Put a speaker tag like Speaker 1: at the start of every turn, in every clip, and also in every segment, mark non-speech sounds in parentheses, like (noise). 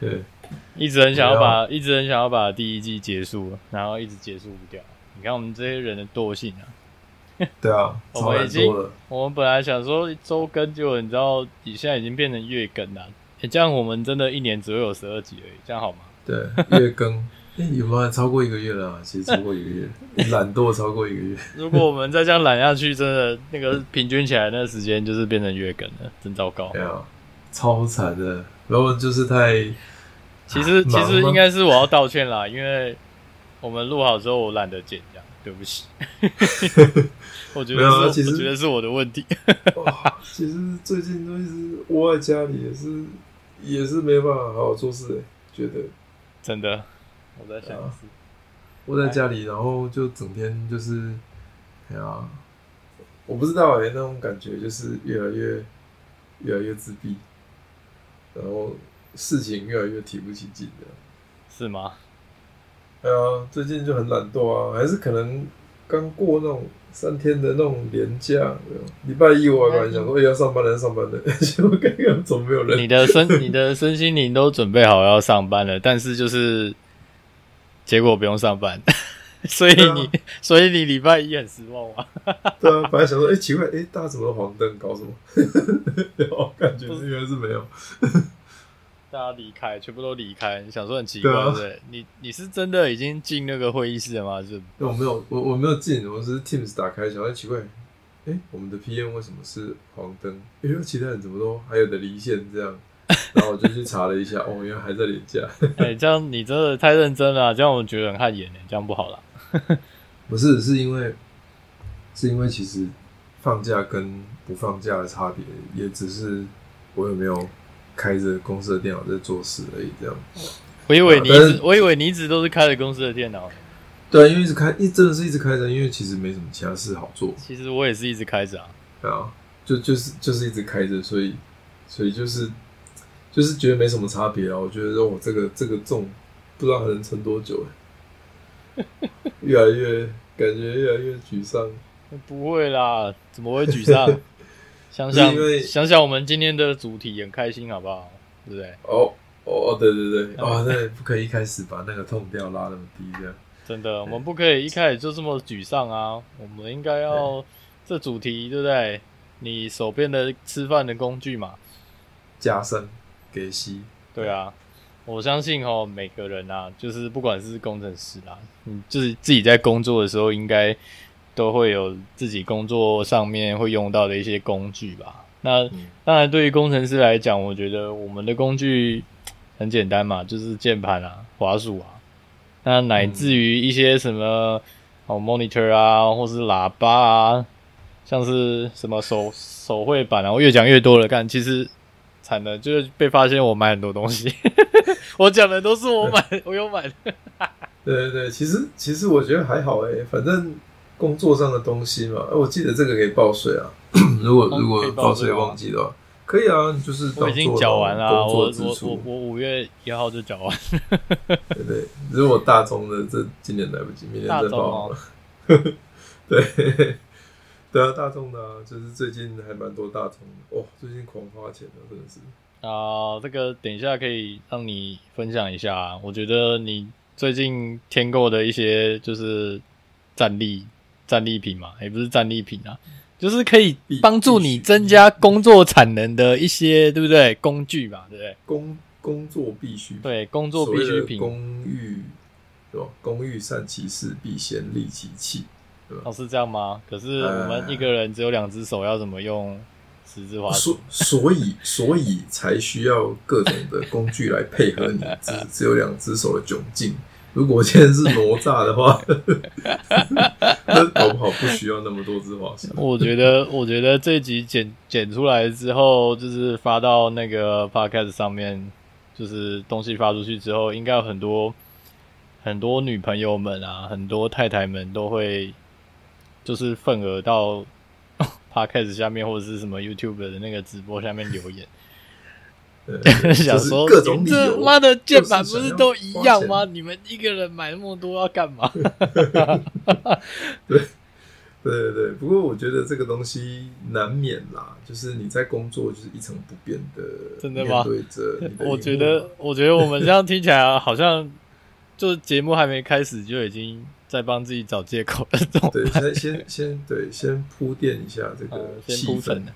Speaker 1: 对，
Speaker 2: 一直很想要把，
Speaker 1: 啊
Speaker 2: 一直很想要把第一季结束，然后一直结束不掉。你看我们这些人的惰性啊，
Speaker 1: 对啊，
Speaker 2: 我
Speaker 1: 超
Speaker 2: 们
Speaker 1: 难
Speaker 2: 已经
Speaker 1: 做的，，
Speaker 2: 我们本来想说周更，结果你知道，你现在已经变成月更了。啊诶这样我们真的一年只会有十二集而已，这样好吗？ (laughs)
Speaker 1: 对，月更，哎、有没有超过一个月了、啊？其实超过一个
Speaker 2: (laughs)
Speaker 1: 月，懒惰超过一个月，
Speaker 2: 如果我们再这样懒下去，真的那个平均起来那个时间就是变成月更了，真糟糕
Speaker 1: 对。啊，超惨的。然后就是太
Speaker 2: 其实其
Speaker 1: 忙
Speaker 2: 实
Speaker 1: 吗
Speaker 2: 应该是我要道歉啦，因为我们录好之后我懒得剪，这样对
Speaker 1: (laughs)
Speaker 2: 不起。我觉得
Speaker 1: 没有啊
Speaker 2: 是
Speaker 1: 其实
Speaker 2: 我觉得是我的问题。
Speaker 1: 哇，其实最近都一直窝在家里，也是也是没办法好好做事、欸，觉得
Speaker 2: 真的，我在
Speaker 1: 对
Speaker 2: 想
Speaker 1: 啊
Speaker 2: 是
Speaker 1: 窝在家里，然后就整天就是，哎呀、我不知道哎、那种感觉就是越来越越来越自闭，然后事情越来越提不起劲的。
Speaker 2: 是吗？
Speaker 1: 哎呀，最近就很懒惰啊，还是可能刚过那种三天的那种连假，有没有礼拜一我还本来想说哎要上班的上班的， (laughs) 结果刚刚怎么没有人
Speaker 2: 你的身 (laughs) 你的身心灵都准备好要上班了，但是就是结果不用上班， (laughs) 所以
Speaker 1: 对啊
Speaker 2: 你、所以你礼拜一很失望吗？
Speaker 1: 对啊，本来想说，哎、奇怪，哎、大家怎么都黄灯，搞什么？ (laughs) 然后感觉是原来是没有，
Speaker 2: 大家离开，全部都离开，你想说很奇怪，
Speaker 1: 对
Speaker 2: 对,、
Speaker 1: 啊
Speaker 2: 不对？你你是真的已经进那个会议室了吗？是
Speaker 1: 我没有，我我没有进，我只是 Teams 打开，想说奇怪，哎、我们的 PM 为什么是黄灯？哎、呦，其他人怎么都还有的离线这样？然后我就去查了一下，哦，原来还在连假。
Speaker 2: 哎、这样你真的太认真了啊、这样我觉得很汗颜耶这样不好啦。
Speaker 1: 不是，是因为是因为其实放假跟不放假的差别，也只是我有没有开着公司的电脑在做事而已，这样。
Speaker 2: 我以为你一
Speaker 1: 啊但
Speaker 2: 直
Speaker 1: 是，
Speaker 2: 我以为你一直都是开着公司的电脑，欸
Speaker 1: 对，啊因为一直开，一真的是一直开着，因为其实没什么其他事好做。
Speaker 2: 其实我也是一直开着啊。
Speaker 1: 对啊，就就是就是一直开着，所以所以就是就是觉得没什么差别啊。我觉得我这个这个重不知道还能撑多久欸越来越感觉越来越沮丧。
Speaker 2: (laughs) 不会啦，怎么会
Speaker 1: (laughs)
Speaker 2: 沮丧？想想
Speaker 1: 不是因为
Speaker 2: 想想我们今天的主题，很开心，好不好？对不对？
Speaker 1: 哦哦，对对对，哦对，不可以一开始把那个痛调拉那么低这样。
Speaker 2: 真的，我们不可以一开始就这么沮丧啊！我们应该要这主题，对不对？你手边的吃饭的工具嘛，
Speaker 1: 加深给息，
Speaker 2: 对啊，我相信哦，每个人啊，就是不管是工程师啦，嗯，就是自己在工作的时候，应该都会有自己工作上面会用到的一些工具吧。那
Speaker 1: 嗯
Speaker 2: 当然，对于工程师来讲，我觉得我们的工具很简单嘛，就是键盘啊、滑鼠啊，那乃至于一些什么哦 monitor 啊，或是喇叭啊，像是什么手手绘板啊，我越讲越多了，干，其实惨了，就是被发现我买很多东西， (laughs) 我讲的都是我买，我有买的，
Speaker 1: 对对对，其实其实我觉得还好哎、反正工作上的东西嘛，呃我记得这个可以报税啊。 (coughs) 如果
Speaker 2: 哦
Speaker 1: 如果
Speaker 2: 可以报
Speaker 1: 报
Speaker 2: 税
Speaker 1: 税
Speaker 2: 吗
Speaker 1: 忘记的话，可以啊，就是当
Speaker 2: 我已经缴完
Speaker 1: 做
Speaker 2: 了，啊我
Speaker 1: 工作
Speaker 2: 我
Speaker 1: 支
Speaker 2: 我
Speaker 1: 出，
Speaker 2: 我五月一号就缴完，
Speaker 1: 对不对？如果大中的这今年来不及，明年
Speaker 2: 大
Speaker 1: 再
Speaker 2: 中
Speaker 1: 报。
Speaker 2: 哦，
Speaker 1: (laughs) 对对啊，大众的啊，就是最近还蛮多大众的，哇，最近狂花钱的，真的是。
Speaker 2: (laughs) 啊、这个等一下可以让你分享一下啊。我觉得你最近添购的一些就是战力战利品嘛，也不是战利品啊，就是可以
Speaker 1: 必
Speaker 2: 帮助
Speaker 1: 必
Speaker 2: 你
Speaker 1: 须
Speaker 2: 增加工作产能的一些，对不对？工具嘛，对不对？
Speaker 1: 工工作必须，
Speaker 2: 对，工作必需品。
Speaker 1: 公欲对吧？公欲善其事，必先利其器。
Speaker 2: 哦，是这样吗？可是我
Speaker 1: 呃
Speaker 2: 们一个人只有两只手，要怎么用十
Speaker 1: (laughs)
Speaker 2: 字滑鼠？
Speaker 1: 所所以所以才需要各种的工具来配合你
Speaker 2: (laughs)
Speaker 1: 只只有两只手的窘境。如果今天是哪吒的话， (laughs) 那搞不好不需要那么多只滑鼠。
Speaker 2: 我
Speaker 1: (laughs)
Speaker 2: 觉得，我觉得这集剪剪出来之后，就是发到那个 podcast 上面，就是东西发出去之后，应该有很多很多女朋友们啊，很多太太们都会就是份额到 (laughs) podcast 下面或者是什么 YouTube 的那个直播下面留言，
Speaker 1: 对
Speaker 2: 想
Speaker 1: (laughs)
Speaker 2: 说
Speaker 1: 就是各种
Speaker 2: 你
Speaker 1: 理
Speaker 2: 这
Speaker 1: 由，
Speaker 2: 妈的键盘
Speaker 1: 就
Speaker 2: 不
Speaker 1: 是想
Speaker 2: 是
Speaker 1: 要
Speaker 2: 都一
Speaker 1: 花
Speaker 2: 样
Speaker 1: 钱
Speaker 2: 吗？你们一个人买那么多要干嘛？
Speaker 1: 对对对，不过我觉得这个东西难免啦，就是你在工作就是一成不变的，
Speaker 2: 真的吗
Speaker 1: 对着你的荧幕啊，
Speaker 2: (laughs) 我觉得，我觉得我们这样听起来好像，就节目还没开始就已经在帮自己找借口了，这种 (laughs)
Speaker 1: 对，先先先对，先铺垫一下这
Speaker 2: 呃
Speaker 1: 个
Speaker 2: 先
Speaker 1: 气
Speaker 2: 铺
Speaker 1: 氛
Speaker 2: 陈，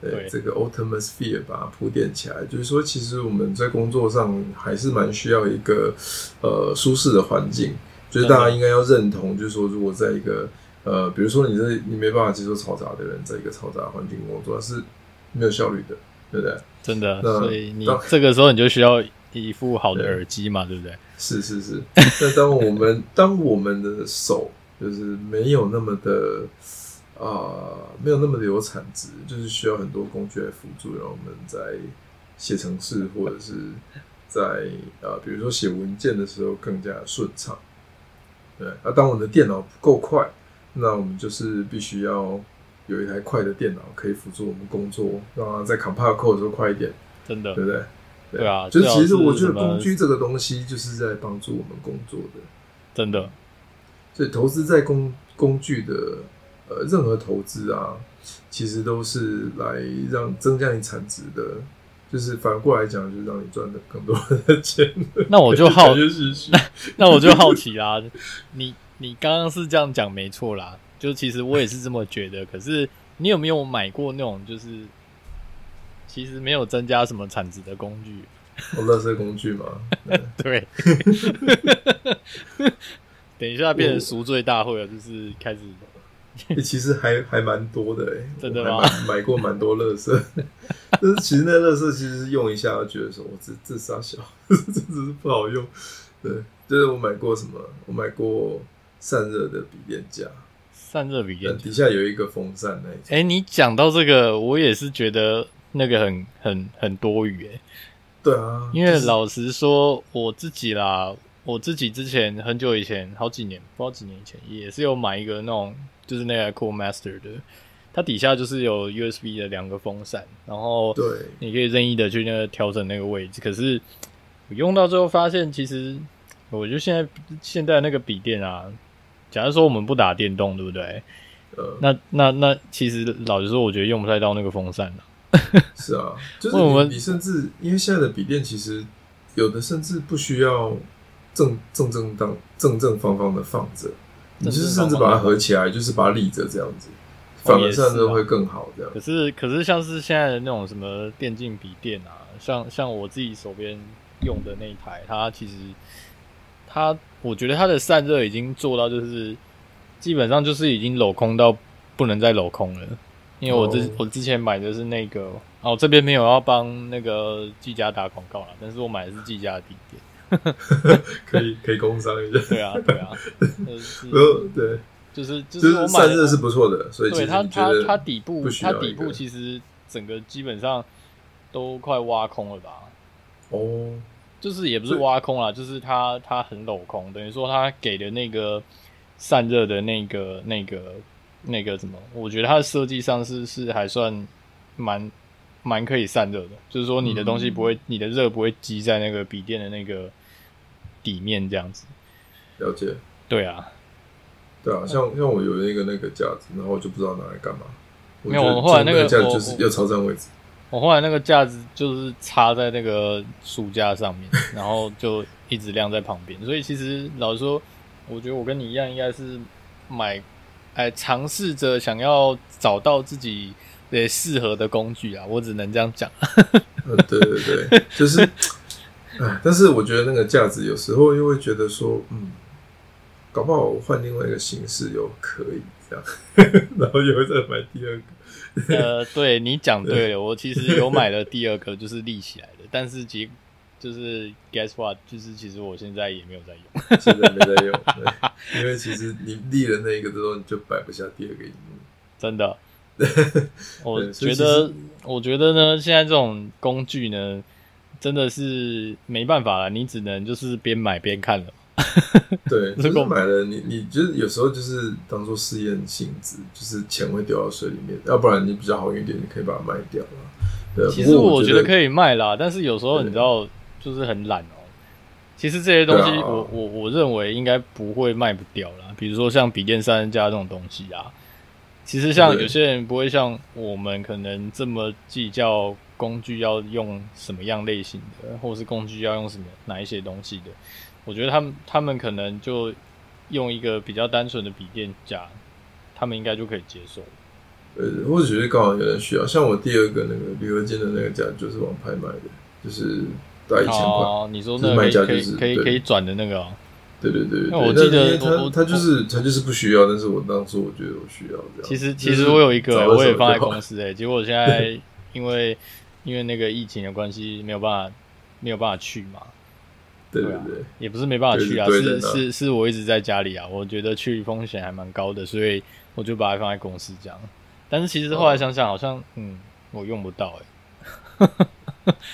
Speaker 2: 对
Speaker 1: 对这个 atmosphere 把它铺垫起来，就是说，其实我们在工作上还是蛮需要一个呃舒适的环境，就是大家应该要认同，就是说，如果在一个呃，比如说你这你没办法接受嘈杂的人，在一个嘈杂的环境工作是没有效率的，对不对？
Speaker 2: 真的，
Speaker 1: 那
Speaker 2: 所以你
Speaker 1: 当
Speaker 2: 这个时候你就需要一副好的耳机嘛，对不对？
Speaker 1: 是是是， (laughs) 那当我们当我们的手就是没有那么的啊、没有那么的有产值，就是需要很多工具来辅助，然后我们在写程式或者是在啊、比如说写文件的时候更加顺畅。对，那、当我们的电脑不够快，那我们就是必须要有一台快的电脑可以辅助我们工作，让它在 compile code 的时候快一点，
Speaker 2: 真的
Speaker 1: 对，不对？
Speaker 2: 对啊
Speaker 1: 就是
Speaker 2: 最好
Speaker 1: 其实我
Speaker 2: 是
Speaker 1: 觉得
Speaker 2: 什么
Speaker 1: 工具这个东西就是在帮助我们工作的，
Speaker 2: 真的，
Speaker 1: 所以投资在工工具的呃任何投资啊，其实都是来让增加你产值的，就是反过来讲，就是让你赚的更多的钱。
Speaker 2: 那我就好
Speaker 1: 感觉是是
Speaker 2: 那我就好奇啦，你你刚刚是这样讲没错啦，就其实我也是这么觉得。可是你有没有买过那种就是其实没有增加什么产值的工具？
Speaker 1: 我乐色工具嘛，对
Speaker 2: (laughs) 对，等一下变成赎罪大会了，就是开始
Speaker 1: (laughs) 欸、其实还还蛮多的哎、欸，
Speaker 2: 真的
Speaker 1: 我还
Speaker 2: 吗
Speaker 1: 蛮买过蛮多乐色， (laughs) 但是其实那乐色其实是用一下就觉得说，我这这傻小，这只是不好用。对，就是我买过什么，我买过散热的笔电架，
Speaker 2: 散热比
Speaker 1: 但
Speaker 2: 电。
Speaker 1: 底下有一个风扇那一种，
Speaker 2: 哎、你讲到这个，我也是觉得那个很很很多余哎、
Speaker 1: 对啊，
Speaker 2: 因为
Speaker 1: 就是
Speaker 2: 老实说，我自己啦，我自己之前很久以前，好几年，不知道几年以前，也是有买一个那种，就是那个 Cool Master 的，它底下就是有 USB 的两个风扇，然后
Speaker 1: 对
Speaker 2: 你可以任意的去那个调整那个位置。可是我用到最后发现，其实我就现在现在那个笔电啊，假如说我们不打电动，对不对？
Speaker 1: 呃
Speaker 2: 那那那其实老实说，我觉得用不太到那个风扇了。啊
Speaker 1: 是啊，就是
Speaker 2: 我们
Speaker 1: 你你甚至因为现在的笔电其实有的甚至不需要正正正当正正方方的放着，你就是甚至把它合起来，就是把它立着这样子，
Speaker 2: 哦
Speaker 1: 反而散
Speaker 2: 啊
Speaker 1: 热会更好这样。
Speaker 2: 可是可是像是现在的那种什么电竞笔电啊，像像我自己手边用的那一台，它其实它我觉得它的散热已经做到就是基本上就是已经镂空到不能再镂空了。因为我之、
Speaker 1: 哦
Speaker 2: 我之前买的是那个哦，我这边没有要帮那个技嘉打广告啦，但是我买的是技嘉的笔电。
Speaker 1: 可以可以工商一下，
Speaker 2: 对啊，
Speaker 1: (laughs)
Speaker 2: 对啊，就是
Speaker 1: 呃对，
Speaker 2: 就是
Speaker 1: 就
Speaker 2: 就
Speaker 1: 是是
Speaker 2: 我买
Speaker 1: 散热
Speaker 2: 的啊
Speaker 1: 是不错的，所以其
Speaker 2: 对
Speaker 1: 实
Speaker 2: 它，
Speaker 1: 你觉
Speaker 2: 它它
Speaker 1: 得
Speaker 2: 底部
Speaker 1: 不需
Speaker 2: 它
Speaker 1: 要
Speaker 2: 底
Speaker 1: 一
Speaker 2: 部
Speaker 1: 个
Speaker 2: 其实整个基本上都快挖空了吧？
Speaker 1: 哦
Speaker 2: 就是也不是
Speaker 1: 所以
Speaker 2: 挖空啦，就是它它很镂空，等于说它给的那个散热的那个那个那个什么，我觉得它的设计上是是还算蛮蛮可以散热的，就是说你的东西不
Speaker 1: 嗯
Speaker 2: 会，你的热不会积在那个笔电的那个底面这样子。
Speaker 1: 了解，
Speaker 2: 对啊，
Speaker 1: 对啊，像像我有那个那个架子，然后我就不知道拿来干嘛。我
Speaker 2: 没有
Speaker 1: 觉得
Speaker 2: 我后来那个
Speaker 1: 真的架子
Speaker 2: 我
Speaker 1: 就是
Speaker 2: 我
Speaker 1: 要朝占位置，
Speaker 2: 我后来那个架子就是插在那个书架上面， (laughs) 然后就一直晾在旁边。所以其实老实说，我觉得我跟你一样，应该是买，哎，尝试着想要找到自己对适合的工具啊。我只能这样讲。
Speaker 1: 嗯，对对对，就是，哎，但是我觉得那个价值有时候又会觉得说，嗯，搞不好我换另外一个形式又可以这样， (laughs) 然后又会再买第二个。
Speaker 2: 呃，对你讲对了，我其实有买了第二个，就是立起来的，但是其就是 guess what，就是其实我现在也没有在用。
Speaker 1: 现在没在用，对因为其实你立了那一个之后，你就摆不下第二个荧幕。
Speaker 2: 真
Speaker 1: (laughs)
Speaker 2: 的。我
Speaker 1: 对所以
Speaker 2: 觉
Speaker 1: 其
Speaker 2: 得
Speaker 1: 实，
Speaker 2: 我觉得呢，现在这种工具呢，真的是没办法了，你只能就是边买边看了。
Speaker 1: 对，
Speaker 2: 如
Speaker 1: 就
Speaker 2: 果
Speaker 1: 是买了你，你就是有时候就是当做试验性质，就是钱会丢到水里面，要不然你比较好运一点，你可以把它卖掉啊。对，
Speaker 2: 其
Speaker 1: 不
Speaker 2: 实
Speaker 1: 过
Speaker 2: 我
Speaker 1: 觉
Speaker 2: 觉得可以卖啦，但是有时候
Speaker 1: 对
Speaker 2: 你知道，就是很懒哦、其实这些东西
Speaker 1: 对啊
Speaker 2: 我，我我认为应该不会卖不掉啦。比如说像笔电三人架这种东西啊，其实像
Speaker 1: 对
Speaker 2: 有些人不会像我们可能这么计较工具要用什么样类型的，或者是工具要用什么哪一些东西的。我觉得他们他们可能就用一个比较单纯的笔电夹，他们应该就可以接受。
Speaker 1: 呃，或许是刚好有人需要。像我第二个那个铝合金的那个夹，就是网拍买的，就是大概一千块。
Speaker 2: 哦，你说
Speaker 1: 就是
Speaker 2: 那
Speaker 1: 卖
Speaker 2: 个
Speaker 1: 家
Speaker 2: 可以
Speaker 1: 就是
Speaker 2: 可以可
Speaker 1: 对
Speaker 2: 以可以转的那个、哦，
Speaker 1: 对对对对
Speaker 2: 那我
Speaker 1: 对
Speaker 2: 记得
Speaker 1: 但是因
Speaker 2: 我
Speaker 1: 为它它就是它就是不需要，但是我当初我觉得我需要这样。
Speaker 2: 其实
Speaker 1: 啊就
Speaker 2: 其
Speaker 1: 是
Speaker 2: 实我有一个、欸
Speaker 1: 找到
Speaker 2: 我也
Speaker 1: 手
Speaker 2: 放在
Speaker 1: 就好
Speaker 2: 公司
Speaker 1: (laughs)
Speaker 2: 哎、结果我现在因为因为那个疫情的关系，没有办法没有办法去嘛，
Speaker 1: 对对
Speaker 2: 对啊
Speaker 1: 对，
Speaker 2: 也不是没办法去啊，
Speaker 1: 对对
Speaker 2: 是
Speaker 1: 的
Speaker 2: 是是我一直在家里啊，我觉得去风险还蛮高的，所以我就把它放在公司这样。但是其实
Speaker 1: 哦
Speaker 2: 后来想想，好像嗯，我用不到哎、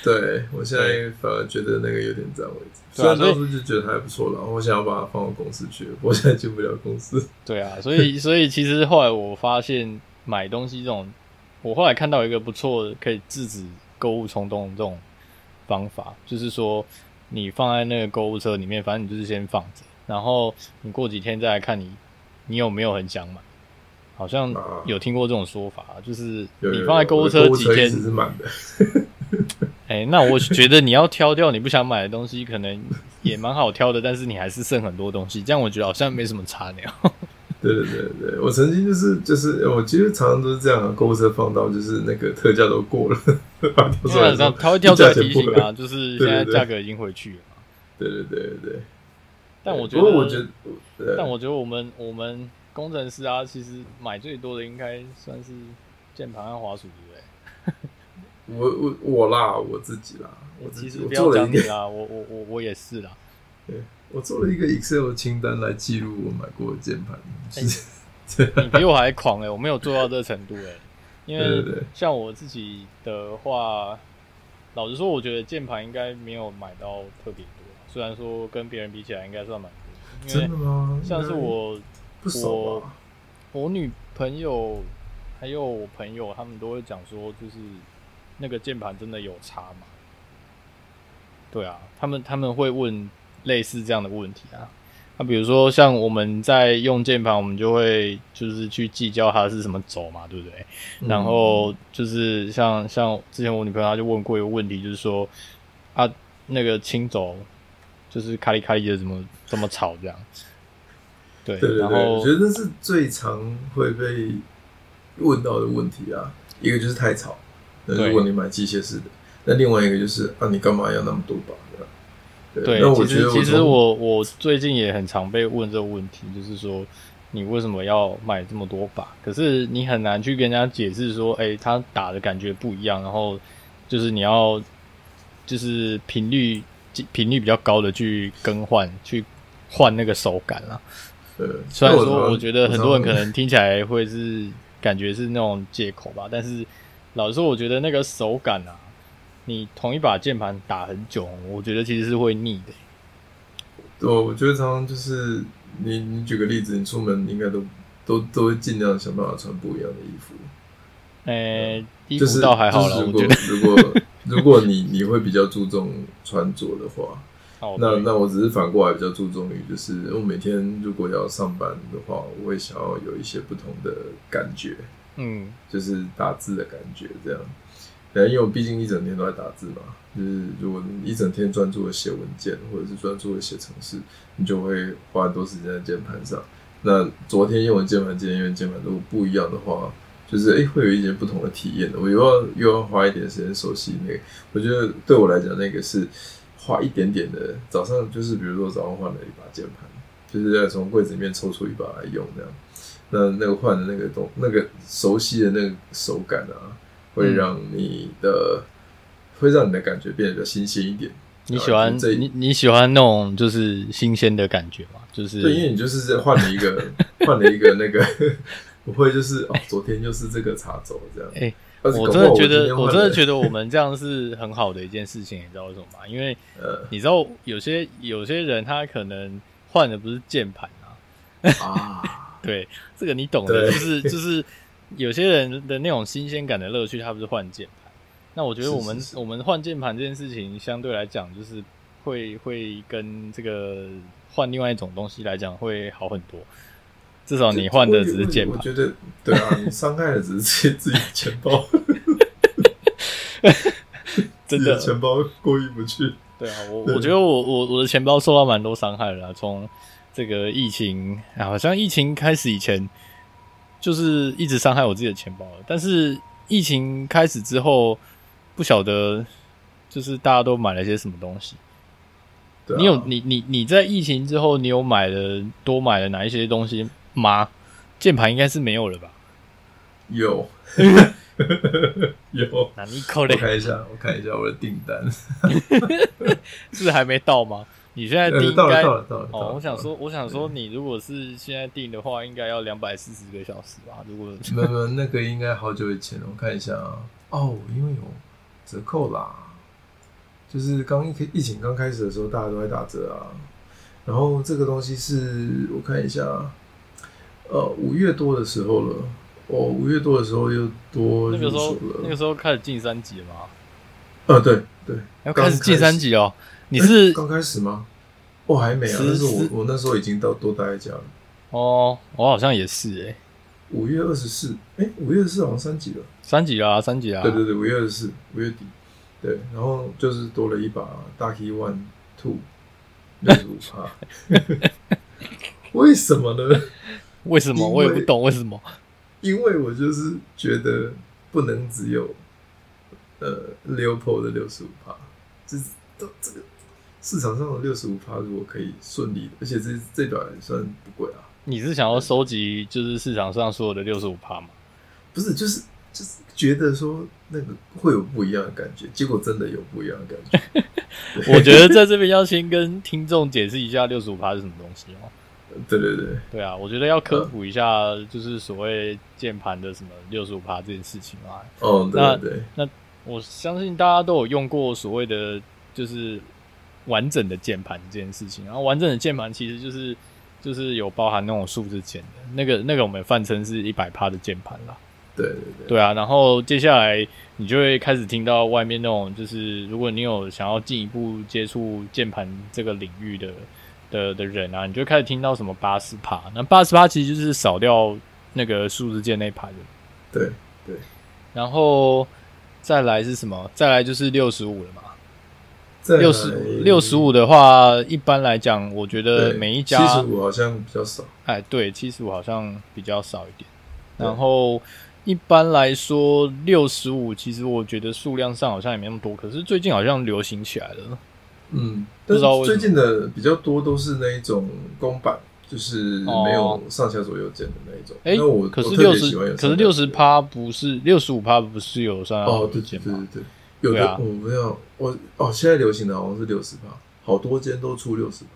Speaker 1: 对我现在反而觉得那个有点占位置。
Speaker 2: 对
Speaker 1: 虽
Speaker 2: 啊
Speaker 1: 然当初就觉得还不错啦，我想要把它放到公司去，我现在进不了公司。
Speaker 2: 对啊，所以所以其实后来我发现买东西这种，我后来看到一个不错的可以制止购物冲动的这种方法，就是说你放在那个购物车里面，反正你就是先放着，然后你过几天再来看你你有没有很想买。好像
Speaker 1: 啊
Speaker 2: 有听过这种说法，啊就是
Speaker 1: 有有
Speaker 2: 你
Speaker 1: 有
Speaker 2: 放在购物
Speaker 1: 我的
Speaker 2: 车
Speaker 1: 购物
Speaker 2: 几
Speaker 1: 车
Speaker 2: 天
Speaker 1: 一，直是满的。
Speaker 2: 哎、那我觉得你要挑掉你不想买的东西，可能也蛮好挑的，但是你还是剩很多东西，这样我觉得好像没什么差那样。
Speaker 1: 对对对对，我曾经就是就是，我其实常常都是这样、啊，购物车放到就是那个特价都过了， (laughs) 把它
Speaker 2: 基
Speaker 1: 出来
Speaker 2: 本
Speaker 1: 之后
Speaker 2: 上它会跳出来
Speaker 1: 价钱
Speaker 2: 提醒
Speaker 1: 不合
Speaker 2: 啊，就是现在价格已经回去了嘛。
Speaker 1: 对对对对对。
Speaker 2: 但我觉
Speaker 1: 不
Speaker 2: 得，
Speaker 1: 过我觉得，呃对
Speaker 2: 但我觉得我们我们工程师啊，其实买最多的应该算是键盘和滑鼠，对不对？
Speaker 1: 我我我啦，我自己啦，我自
Speaker 2: 其
Speaker 1: 己
Speaker 2: 实
Speaker 1: 我
Speaker 2: 不
Speaker 1: 做
Speaker 2: 要
Speaker 1: 了
Speaker 2: 讲
Speaker 1: 一
Speaker 2: 你
Speaker 1: 个，
Speaker 2: 啦，我我我我也是啦。
Speaker 1: 我做了一个 Excel 清单来记录我买过的键盘，是 (laughs)
Speaker 2: 你比我还狂哎、我没有做到这个程度哎、因
Speaker 1: 对
Speaker 2: 为
Speaker 1: 对对
Speaker 2: 像我自己的话，老实说，我觉得键盘应该没有买到特别多，虽然说跟别人比起来应该算蛮多的，
Speaker 1: 真
Speaker 2: 因
Speaker 1: 的
Speaker 2: 为
Speaker 1: 吗？
Speaker 2: 像是我
Speaker 1: 不熟吧？
Speaker 2: 我女朋友还有我朋友，他们都会讲说，就是那个键盘真的有差吗？对啊，他们他们会问类似这样的问题啊。那、比如说像我们在用键盘，我们就会就是去计较它是什么轴嘛，对不对？
Speaker 1: 嗯
Speaker 2: 然后就是像像之前我女朋友她就问过一个问题，就是说啊那个青轴就是咔哩咔哩的怎么怎么吵这样？对，
Speaker 1: 对对
Speaker 2: 然
Speaker 1: 对，
Speaker 2: 后
Speaker 1: 我觉得那是最常会被问到的问题啊。一个就是太吵，那
Speaker 2: 对
Speaker 1: 如果你买机械式的，那另外一个就是啊，你干嘛要那么多把？对
Speaker 2: 对
Speaker 1: 啊，那，我
Speaker 2: 其
Speaker 1: 觉得
Speaker 2: 实其实
Speaker 1: 从
Speaker 2: 我我最近也很常被问这个问题，就是说你为什么要买这么多把？可是你很难去跟人家解释说，哎、他打的感觉不一样，然后就是你要就是频率频率比较高的去更换，去换那个手感啦。
Speaker 1: 呃，
Speaker 2: 虽然
Speaker 1: 那
Speaker 2: 说，我
Speaker 1: 常
Speaker 2: 觉得很多人可
Speaker 1: 我常
Speaker 2: 能听起来会是感觉是那种借口吧，但是老实说，我觉得那个手感啊，你同一把键盘打很久，我觉得其实是会腻的。
Speaker 1: 我我觉得常常就是你你举个例子，你出门应该都都都会尽量想办法穿不一样的衣服，
Speaker 2: 诶、哎衣
Speaker 1: 就
Speaker 2: 服
Speaker 1: 是
Speaker 2: 倒还好了，
Speaker 1: 就是如
Speaker 2: 我
Speaker 1: 果如
Speaker 2: 觉得。
Speaker 1: 果如果你你会比较注重穿着的话，
Speaker 2: 哦
Speaker 1: 那
Speaker 2: 对
Speaker 1: 那我只是反过来比较注重于，就是我每天如果要上班的话，我会想要有一些不同的感觉，
Speaker 2: 嗯，
Speaker 1: 就是打字的感觉这样。对，因为我毕竟一整天都在打字嘛，就是如果你一整天专注的写文件，或者是专注的写程式，你就会花很多时间在键盘上。那昨天用的键盘，今天用的键盘如果不一样的话，就是诶、会有一些不同的体验的。我又要又要花一点时间熟悉那个，我觉得对我来讲，那个是花一点点的。早上就是比如说早上换了一把键盘，就是要从柜子里面抽出一把来用这样。那那个换的那个东那个熟悉的那个手感啊，会让你的、会让你的感觉变得比较新鲜一点。
Speaker 2: 你喜欢、
Speaker 1: 啊这
Speaker 2: 你你喜欢那种就是新鲜的感觉嘛？就
Speaker 1: 对，因
Speaker 2: 是
Speaker 1: 为你就是在换了一个
Speaker 2: (laughs)
Speaker 1: 换了一个那个，不会就是哦，昨天又是这个茶轴这样。
Speaker 2: 哎
Speaker 1: 但是搞
Speaker 2: 我
Speaker 1: 不
Speaker 2: 真
Speaker 1: 好
Speaker 2: 的
Speaker 1: 我
Speaker 2: 觉
Speaker 1: 今
Speaker 2: 得
Speaker 1: 天
Speaker 2: 我
Speaker 1: 换
Speaker 2: 真的
Speaker 1: 了
Speaker 2: 觉得我们这样是很好的一件事情，你知道为什么吗？因为
Speaker 1: (laughs) 呃
Speaker 2: 你知道有些有些人他可能换的不是键盘啊，
Speaker 1: 啊，
Speaker 2: 对，这个你懂的，
Speaker 1: 对
Speaker 2: 就是就是有些人的那种新鲜感的乐趣，他不是换键盘。那我觉得
Speaker 1: 是
Speaker 2: 我们
Speaker 1: 是是
Speaker 2: 我们换键盘这件事情，相对来讲就是会会跟这个换另外一种东西来讲会好很多。至少你换
Speaker 1: 啊
Speaker 2: (laughs) 的只是键
Speaker 1: 我
Speaker 2: 盘。
Speaker 1: 觉得对啊，你伤害的只是自己自己的钱包，自
Speaker 2: (laughs) 真
Speaker 1: 己
Speaker 2: 的
Speaker 1: 的钱包过意不去。
Speaker 2: 对啊，我
Speaker 1: 对
Speaker 2: 我觉得我我我的钱包受到蛮多伤害了啊，从这个疫情、啊好像疫情开始以前，就是一直伤害我自己的钱包了。但是疫情开始之后，不晓得就是大家都买了些什么东西。
Speaker 1: 对啊、
Speaker 2: 你有你你你在疫情之后，你有买了多买了哪一些东西吗？键盘应该是没有了吧？ (laughs)
Speaker 1: 有有，
Speaker 2: 那你可
Speaker 1: 我
Speaker 2: 能
Speaker 1: 看一下，我看一下我的订单。
Speaker 2: 是还没到吗？你现在订
Speaker 1: 呃，
Speaker 2: 应
Speaker 1: 到了
Speaker 2: 该
Speaker 1: 到了到了。到
Speaker 2: 哦，
Speaker 1: 了
Speaker 2: 我想，说，我想说，你如果是现在订的话，应该要两百四十个小时吧？如果
Speaker 1: (laughs) 没有没有，那个应该好久以前了，我看一下啊。哦，因为有折扣啦，就是刚疫疫情刚开始的时候，大家都在打折啊。然后这个东西是我看一下啊，呃，五月多的时候了，哦，五月多的时候又多
Speaker 2: 那个
Speaker 1: 入
Speaker 2: 时候
Speaker 1: 手
Speaker 2: 那
Speaker 1: 了
Speaker 2: 个。时候开始进三级了吗？
Speaker 1: 呃，对对，
Speaker 2: 要
Speaker 1: 刚
Speaker 2: 开始进
Speaker 1: 开
Speaker 2: 三
Speaker 1: 始
Speaker 2: 级哦？你是
Speaker 1: 诶刚开始吗？哦，还没啊，
Speaker 2: 十
Speaker 1: 但是我
Speaker 2: 十
Speaker 1: 我那时候已经到多待在家了。
Speaker 2: 哦，我好像也是诶、欸
Speaker 1: 五月二十四，哎，五月二十四好像三级了。
Speaker 2: 三级啦，三级啦。啊
Speaker 1: 对对对，五月二十四，五月底，对，然后就是多了一把大 Key One Two 六十五帕，为什么呢？
Speaker 2: 为什么我也
Speaker 1: 因
Speaker 2: 不
Speaker 1: 为
Speaker 2: 懂为什么？
Speaker 1: 因为我就是觉得不能只有呃 Leopold 的六十五帕，就是都这个市场上的六十五帕，如果可以顺利的，而且这这把也算不贵啊，
Speaker 2: 你是想要收集就是市场上所有的六十五趴吗？
Speaker 1: 不是就是。就是觉得说那个会有不一样的感觉，结果真的有不一样的感觉。
Speaker 2: 我觉得在这边要先跟听众解释一下六十五趴是什么东西哦。
Speaker 1: 对对对，
Speaker 2: 对啊，我觉得要科普一下，就是所谓键盘的什么六十五趴这件事情啊。
Speaker 1: 哦，
Speaker 2: 那
Speaker 1: 对对对，
Speaker 2: 我相信大家都有用过所谓的就是完整的键盘这件事情，然后完整的键盘其实就是就是有包含那种数字键的，那个那个我们泛称是一百趴的键盘啦。
Speaker 1: 对对对，
Speaker 2: 对啊，然后接下来你就会开始听到外面那种，就是如果你有想要进一步接触键盘这个领域的的的人啊，你就开始听到什么八十趴，那八十趴其实就是少掉那个数字键那一排的，
Speaker 1: 对，
Speaker 2: 然后再来是什么？再来就是六十五了嘛。
Speaker 1: 再来
Speaker 2: 六十六十五的话，一般来讲，我觉得
Speaker 1: 对，
Speaker 2: 每一
Speaker 1: 七十
Speaker 2: 家
Speaker 1: 五好像比较少，
Speaker 2: 哎，对，七十五好像比较少一点。
Speaker 1: 对
Speaker 2: 然后一般来说，六十五其实我觉得数量上好像也没那么多，可是最近好像流行起来了。
Speaker 1: 嗯，
Speaker 2: 不
Speaker 1: 但
Speaker 2: 知
Speaker 1: 是
Speaker 2: 道为什么
Speaker 1: 最近的比较多都是那一种公版，就是没有上下左右键的那一种。
Speaker 2: 哎
Speaker 1: 那我，
Speaker 2: 哦可是
Speaker 1: 我特
Speaker 2: 六
Speaker 1: 别
Speaker 2: 十
Speaker 1: 喜欢有，上下
Speaker 2: 可是六十趴不是六十五趴不是有算
Speaker 1: 哦，对对
Speaker 2: 键
Speaker 1: 对
Speaker 2: 吗？
Speaker 1: 对对，有
Speaker 2: 对
Speaker 1: 的
Speaker 2: 啊
Speaker 1: 我没有，我哦，现在流行的好像是六十趴，好多间都出六十趴，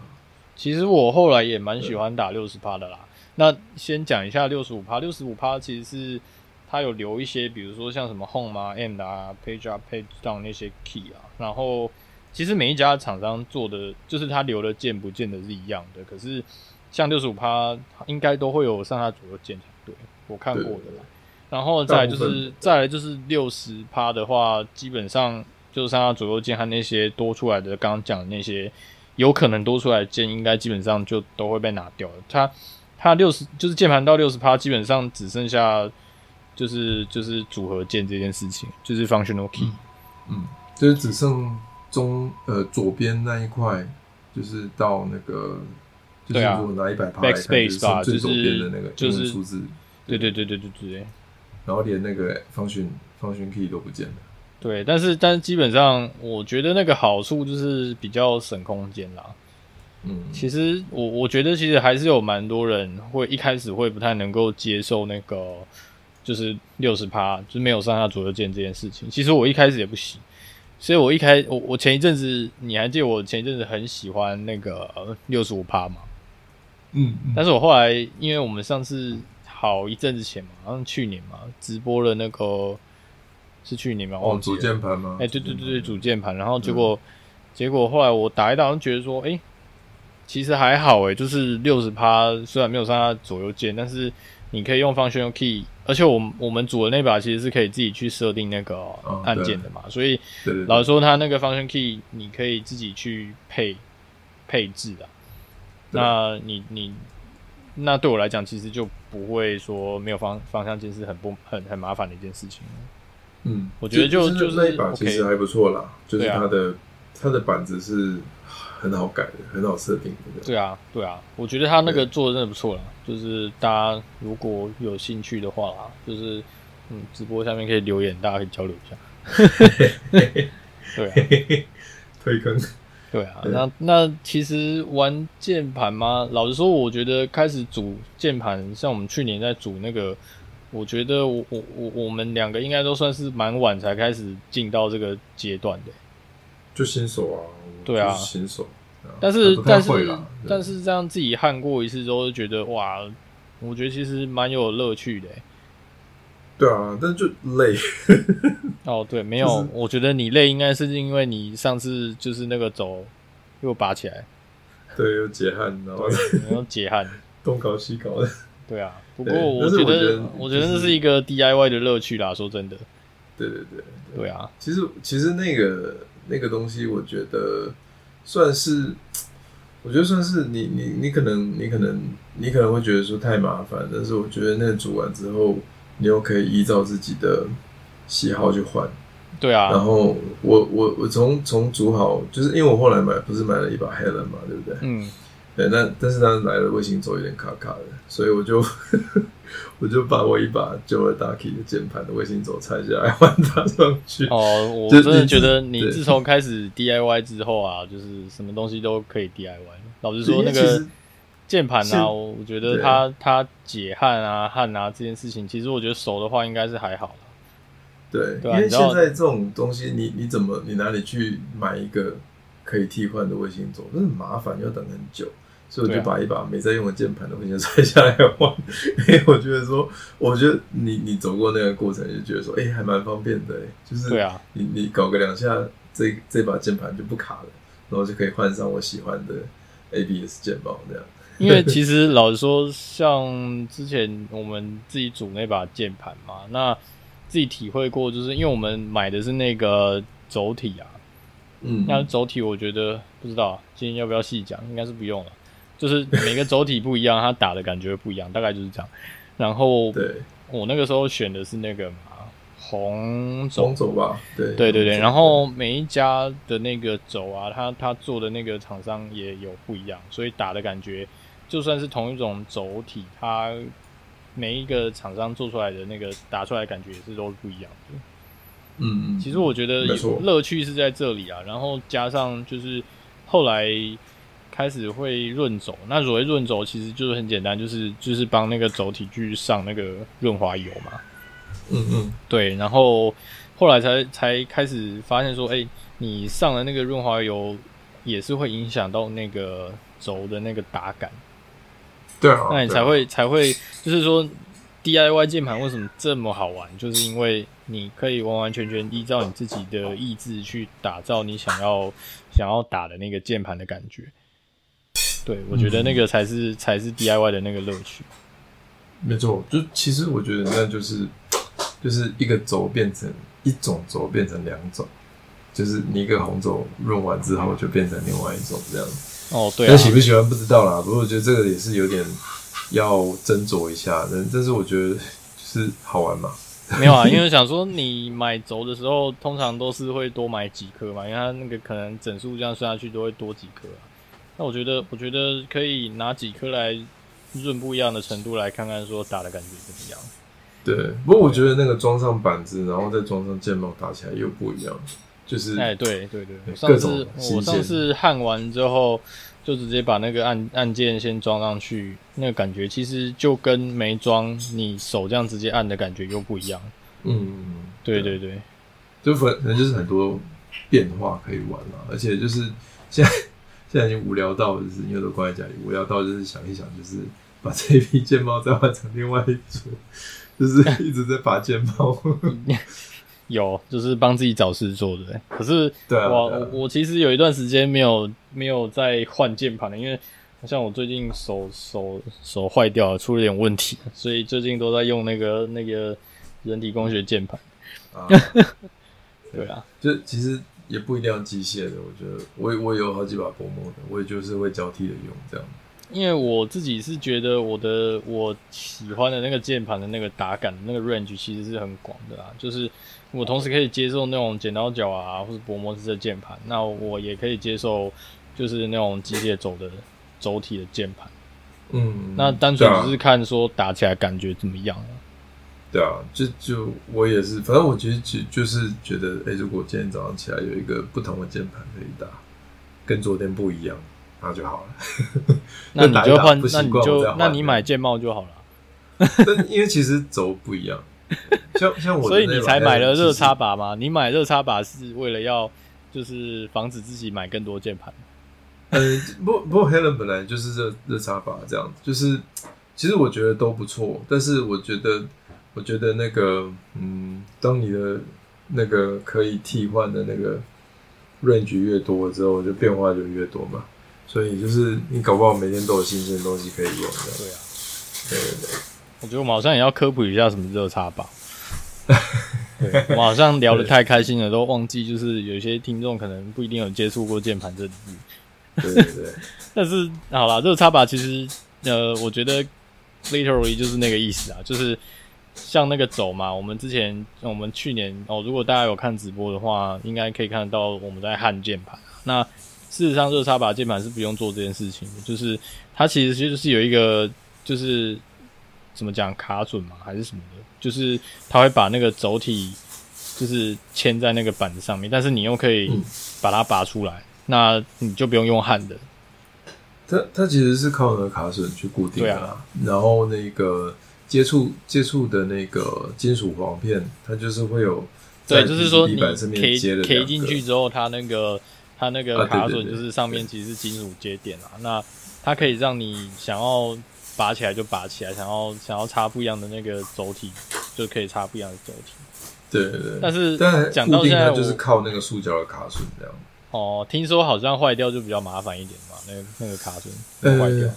Speaker 2: 其实我后来也蛮喜欢打六十趴的啦。那先讲一下六十五趴，六十五趴其实是它有留一些，比如说像什么 home 啊、end 啊、page up、page down 那些 key 啊。然后其实每一家厂商做的，就是它留的键不见得是一样的，可是像六十五趴应该都会有上下左右键才对，我看过
Speaker 1: 对
Speaker 2: 的啦。然后再来就
Speaker 1: 大部分
Speaker 2: 是再来就是六十趴的话，基本上就是上下左右键和那些多出来的，刚刚讲的那些有可能多出来的键，应该基本上就都会被拿掉了。它它六十就是键盘到六十趴，基本上只剩下就是就是组合键这件事情，就是 functional key。
Speaker 1: 嗯，就是只剩中呃左边那一块，就是到那个。就是
Speaker 2: 对啊
Speaker 1: 如果拿一百趴来看，就
Speaker 2: Backspace
Speaker 1: 是
Speaker 2: 吧
Speaker 1: 最
Speaker 2: 就是
Speaker 1: 左边的那个
Speaker 2: 就
Speaker 1: 英文
Speaker 2: 是
Speaker 1: 数字，
Speaker 2: 对对对对对对对。
Speaker 1: 然后连那个 function function key 都不见了。
Speaker 2: 对，但是但是基本上，我觉得那个好处就是比较省空间啦。
Speaker 1: 嗯，
Speaker 2: 其实我我觉得其实还是有蛮多人会一开始会不太能够接受那个就是六十趴，就是没有上下左右键这件事情。其实我一开始也不行，所以我一开我我前一阵子你还记得我前一阵子很喜欢那个六十五趴嘛？
Speaker 1: 嗯，嗯
Speaker 2: 但是我后来因为我们上次好一阵子前嘛，好像去年嘛，直播了那个是去年嘛，
Speaker 1: 哦，
Speaker 2: 忘记
Speaker 1: 主
Speaker 2: 了。
Speaker 1: 键盘吗？
Speaker 2: 哎、对对对对，
Speaker 1: 主
Speaker 2: 主键盘。然后
Speaker 1: 嗯
Speaker 2: 结果、结果后来我打一打，就觉得说，哎、其实还好哎、就是六十趴，虽然没有上它左右键，但是你可以用 functional key，而且我们我们组的那把其实是可以自己去设定那个
Speaker 1: 哦
Speaker 2: 按键的嘛，所以
Speaker 1: 对对
Speaker 2: 老
Speaker 1: 对
Speaker 2: 实说，它那个 function key 你可以自己去配配置的。
Speaker 1: 对
Speaker 2: 那你你那对我来讲，其实就不会说没有方方向键是很不很很麻烦的一件事情。
Speaker 1: 嗯，
Speaker 2: 我觉得就
Speaker 1: 就
Speaker 2: 就是
Speaker 1: 那一把其实
Speaker 2: OK
Speaker 1: 还不错啦，就是
Speaker 2: 对啊
Speaker 1: 它的它的板子是很好改的，很好设定的。
Speaker 2: 对啊，对啊，我觉得他那个做的真的不错啦，就是大家如果有兴趣的话啦，就是嗯，直播下面可以留言，大家可以交流一下。对啊，
Speaker 1: (laughs) 推坑，
Speaker 2: 对啊，
Speaker 1: 对
Speaker 2: 那那其实玩键盘吗？老实说，我觉得开始组键盘，像我们去年在组那个，我觉得我我我我们两个应该都算是蛮晚才开始进到这个阶段的。
Speaker 1: 就新手啊，我
Speaker 2: 对啊
Speaker 1: 就是新手。啊
Speaker 2: 但是
Speaker 1: 还不太
Speaker 2: 但是
Speaker 1: 会啦对
Speaker 2: 但是这样自己焊过一次之后，就觉得哇，我觉得其实蛮有乐趣的欸。
Speaker 1: 对啊，但就累， (laughs)
Speaker 2: 哦，对，没有，
Speaker 1: 就是
Speaker 2: 我觉得你累应该是因为你上次就是那个走又拔
Speaker 1: (laughs)
Speaker 2: 起来，
Speaker 1: 对，又解汗，然后
Speaker 2: 对，然后解汗，
Speaker 1: (laughs) 东搞西搞的。
Speaker 2: 对啊。不
Speaker 1: 对
Speaker 2: 过我
Speaker 1: 但是
Speaker 2: 觉
Speaker 1: 我觉
Speaker 2: 得
Speaker 1: 得，
Speaker 2: 我觉得
Speaker 1: 就
Speaker 2: 这
Speaker 1: 是
Speaker 2: 是一个 DIY 的乐趣啦。说真的，
Speaker 1: 对对对，
Speaker 2: 对啊，
Speaker 1: 其实其实那个那个东西，我觉得算是，我觉得算是你你你可能你可能你可能会觉得说太麻烦，但是我觉得那个煮完之后，你又可以依照自己的喜好去换。
Speaker 2: 对
Speaker 1: 然
Speaker 2: 啊，
Speaker 1: 后我我我从从煮好，就是因为我后来买不是买了一把 Helen 嘛，对不对？
Speaker 2: 嗯，
Speaker 1: 对，那但是它来了卫星轴有点卡卡的，所以我就 (laughs) 我就把我一把旧的 Ducky 的键盘的卫星轴拆下来换它上去。
Speaker 2: 哦，我
Speaker 1: 就
Speaker 2: 真的
Speaker 1: 你
Speaker 2: 觉
Speaker 1: 自
Speaker 2: 得你
Speaker 1: 对
Speaker 2: 自从开始 DIY 之后啊，就是什么东西都可以 DIY。老实说，
Speaker 1: 因
Speaker 2: 那
Speaker 1: 为其
Speaker 2: 个
Speaker 1: 实
Speaker 2: 键盘
Speaker 1: 是
Speaker 2: 啊，我我觉得
Speaker 1: 对
Speaker 2: 它它解焊啊、焊啊这件事情，其实我觉得熟的话应该是还好啦。
Speaker 1: 对，
Speaker 2: 对
Speaker 1: 因
Speaker 2: 啊你
Speaker 1: 为
Speaker 2: 知道
Speaker 1: 现在这种东西，你你怎么你哪里去买一个可以替换的卫星轴，那很麻烦，要等很久。所以我
Speaker 2: 对
Speaker 1: 就
Speaker 2: 啊
Speaker 1: 把一把没在用的键盘的卫星轴拆下来换， (laughs) 因为我觉得说，我觉得你你走过那个过程，就觉得说，哎、还蛮方便的、就是
Speaker 2: 对啊，
Speaker 1: 你你搞个两下，这这把键盘就不卡了，然后就可以换上我喜欢的 ABS 键帽这样。
Speaker 2: 因
Speaker 1: (laughs)
Speaker 2: 为其实老实说，像之前我们自己组那把键盘嘛，那自己体会过，就是因为我们买的是那个轴体啊，
Speaker 1: 嗯，
Speaker 2: 那轴体我觉得不知道啊今天要不要细讲，应该是不用了。就是每个轴体不一样，它打的感觉不一样，大概就是这样。然后
Speaker 1: 对，
Speaker 2: 我那个时候选的是那个嘛红轴
Speaker 1: 双，轴吧，对，
Speaker 2: 对对
Speaker 1: 双
Speaker 2: 对。
Speaker 1: 轴
Speaker 2: 然后每一家的那个轴啊，它它做的那个厂商也有不一样，所以打的感觉就算是同一种轴体，它每一个厂商做出来的那个打出来的感觉也是都是不一样的。
Speaker 1: 嗯嗯，
Speaker 2: 其实我觉得
Speaker 1: 没错
Speaker 2: 乐趣是在这里啊，然后加上就是后来开始会润轴，那所谓润轴其实就是很简单，就是就是帮那个轴体去上那个润滑油嘛。
Speaker 1: 嗯嗯
Speaker 2: 对，然后后来才才开始发现说，哎、你上了那个润滑油也是会影响到那个轴的那个打感，
Speaker 1: 对啊，
Speaker 2: 那你
Speaker 1: 对啊
Speaker 2: 才会才会就是说 DIY 键盘为什么这么好玩，就是因为你可以完完全全依照你自己的意志去打造你想要想要打的那个键盘的感觉。对，我觉得那个才是、才是 DIY 的那个乐趣。
Speaker 1: 没错，就其实我觉得那就是就是一个轴变成一种轴变成两种，就是你一个红轴润完之后就变成另外一种这样。
Speaker 2: 哦，对
Speaker 1: 但
Speaker 2: 啊，
Speaker 1: 喜不喜欢不知道啦，不过我觉得这个也是有点要斟酌一下，但但是我觉得就是好玩嘛。
Speaker 2: (laughs) 没有啊，因为想说你买轴的时候，通常都是会多买几颗嘛，因为它那个可能整数这样算下去都会多几颗、啊。那我觉得，我觉得可以拿几颗来润不一样的程度来看看，说打的感觉怎么样。
Speaker 1: 对，不过我觉得那个装上板子，然后再装上键帽打起来又不一样，就是
Speaker 2: 哎、对对对，我上
Speaker 1: 各种
Speaker 2: 次我
Speaker 1: 新
Speaker 2: 上
Speaker 1: 鲜
Speaker 2: 次焊完之后，就直接把那个按按键先装上去，那个感觉其实就跟没装你手这样直接按的感觉又不一样。
Speaker 1: 嗯，
Speaker 2: 对对对，
Speaker 1: 就反正就是很多变化可以玩啦、而且就是现在现在已经无聊到，就是因为都关在家里，无聊到就是想一想，就是把这一批键帽再换成另外一组，就是一直在拔键帽。
Speaker 2: 有就是帮自己找事做的。可是
Speaker 1: 对啊，
Speaker 2: 我
Speaker 1: 对啊
Speaker 2: 我我其实有一段时间没有没有在换键盘了，因为好像我最近手手手坏掉了，出了点问题，所以最近都在用那个那个人体工学键盘。
Speaker 1: (laughs) 啊，
Speaker 2: 对啊，
Speaker 1: 就其实也不一定要机械的，我觉得我也我也有好几把薄膜的，我也就是会交替的用这样。
Speaker 2: 因为我自己是觉得我的我喜欢的那个键盘的那个打感的那个 range 其实是很广的啦，就是我同时可以接受那种剪刀脚啊，或是薄膜式的键盘，那我也可以接受就是那种机械轴的轴体的键盘。
Speaker 1: 嗯，
Speaker 2: 那单纯
Speaker 1: 对啊
Speaker 2: 只是看说打起来感觉怎么样啊、
Speaker 1: 对啊，就就我也是，反正我其实就就是觉得，哎、如果今天早上起来有一个不同的键盘可以打，跟昨天不一样，那就好了。
Speaker 2: (laughs) 那你
Speaker 1: 啊打一
Speaker 2: 就
Speaker 1: 打
Speaker 2: 换
Speaker 1: 不，习
Speaker 2: 那你
Speaker 1: 惯我再
Speaker 2: 就
Speaker 1: 换
Speaker 2: 那你买键帽就好了，
Speaker 1: (laughs) 但因为其实轴不一样，像像我的
Speaker 2: 所以
Speaker 1: 那
Speaker 2: 你
Speaker 1: 把
Speaker 2: 才买了
Speaker 1: Alan
Speaker 2: 热
Speaker 1: 其实
Speaker 2: 插拔嘛？你买热插拔是为了要就是防止自己买更多键盘。
Speaker 1: (laughs) 呃，不不过 Helen 本来就是热热插拔这样子，就是其实我觉得都不错，但是我觉得我觉得那个嗯，当你的那个可以替换的那个 range 越多之后，就变化就越多嘛，所以就是你搞不好每天都有新鲜的东西可以用这样。
Speaker 2: 对啊，
Speaker 1: 对对对，
Speaker 2: 我觉得我们好像也要科普一下什么热插拔。对，我们好像聊得太开心了，都忘记就是有些听众可能不一定有接触过键盘这领域。
Speaker 1: 对对对，
Speaker 2: (laughs) 但是好啦，热插拔其实呃，我觉得 literally 就是那个意思啊，就是像那个走嘛，我们之前我们去年哦，如果大家有看直播的话，应该可以看得到我们在焊键盘。啊那事实上，热插拔键盘是不用做这件事情的，就是它其实就是有一个就是怎么讲卡准嘛，还是什么的，就是它会把那个轴体就是嵌在那个板子上面，但是你又可以
Speaker 1: 嗯
Speaker 2: 把它拔出来，那你就不用用焊的。
Speaker 1: 它它其实是靠那个卡榫去固定的、
Speaker 2: 对
Speaker 1: 啊，然后那个接触接触的那个金属簧片，它就是会有在
Speaker 2: 对，就是说
Speaker 1: 地
Speaker 2: 你
Speaker 1: 板上面
Speaker 2: K
Speaker 1: 接的
Speaker 2: K 进去之后，它那个它那个
Speaker 1: 啊对
Speaker 2: 卡
Speaker 1: 对
Speaker 2: 榫
Speaker 1: 对
Speaker 2: 就是上面其实是金属接点啊，那它可以让你想要拔起来就拔起来，想要想要插不一样的那个轴体就可以插不一样的轴体。
Speaker 1: 对对对，
Speaker 2: 但是
Speaker 1: 但
Speaker 2: 讲
Speaker 1: 固
Speaker 2: 到
Speaker 1: 定
Speaker 2: 现在
Speaker 1: 它
Speaker 2: 我，
Speaker 1: 就是靠那个塑胶的卡榫这样，
Speaker 2: 哦，听说好像坏掉就比较麻烦一点嘛，那个那个卡榫
Speaker 1: 呃
Speaker 2: 坏掉、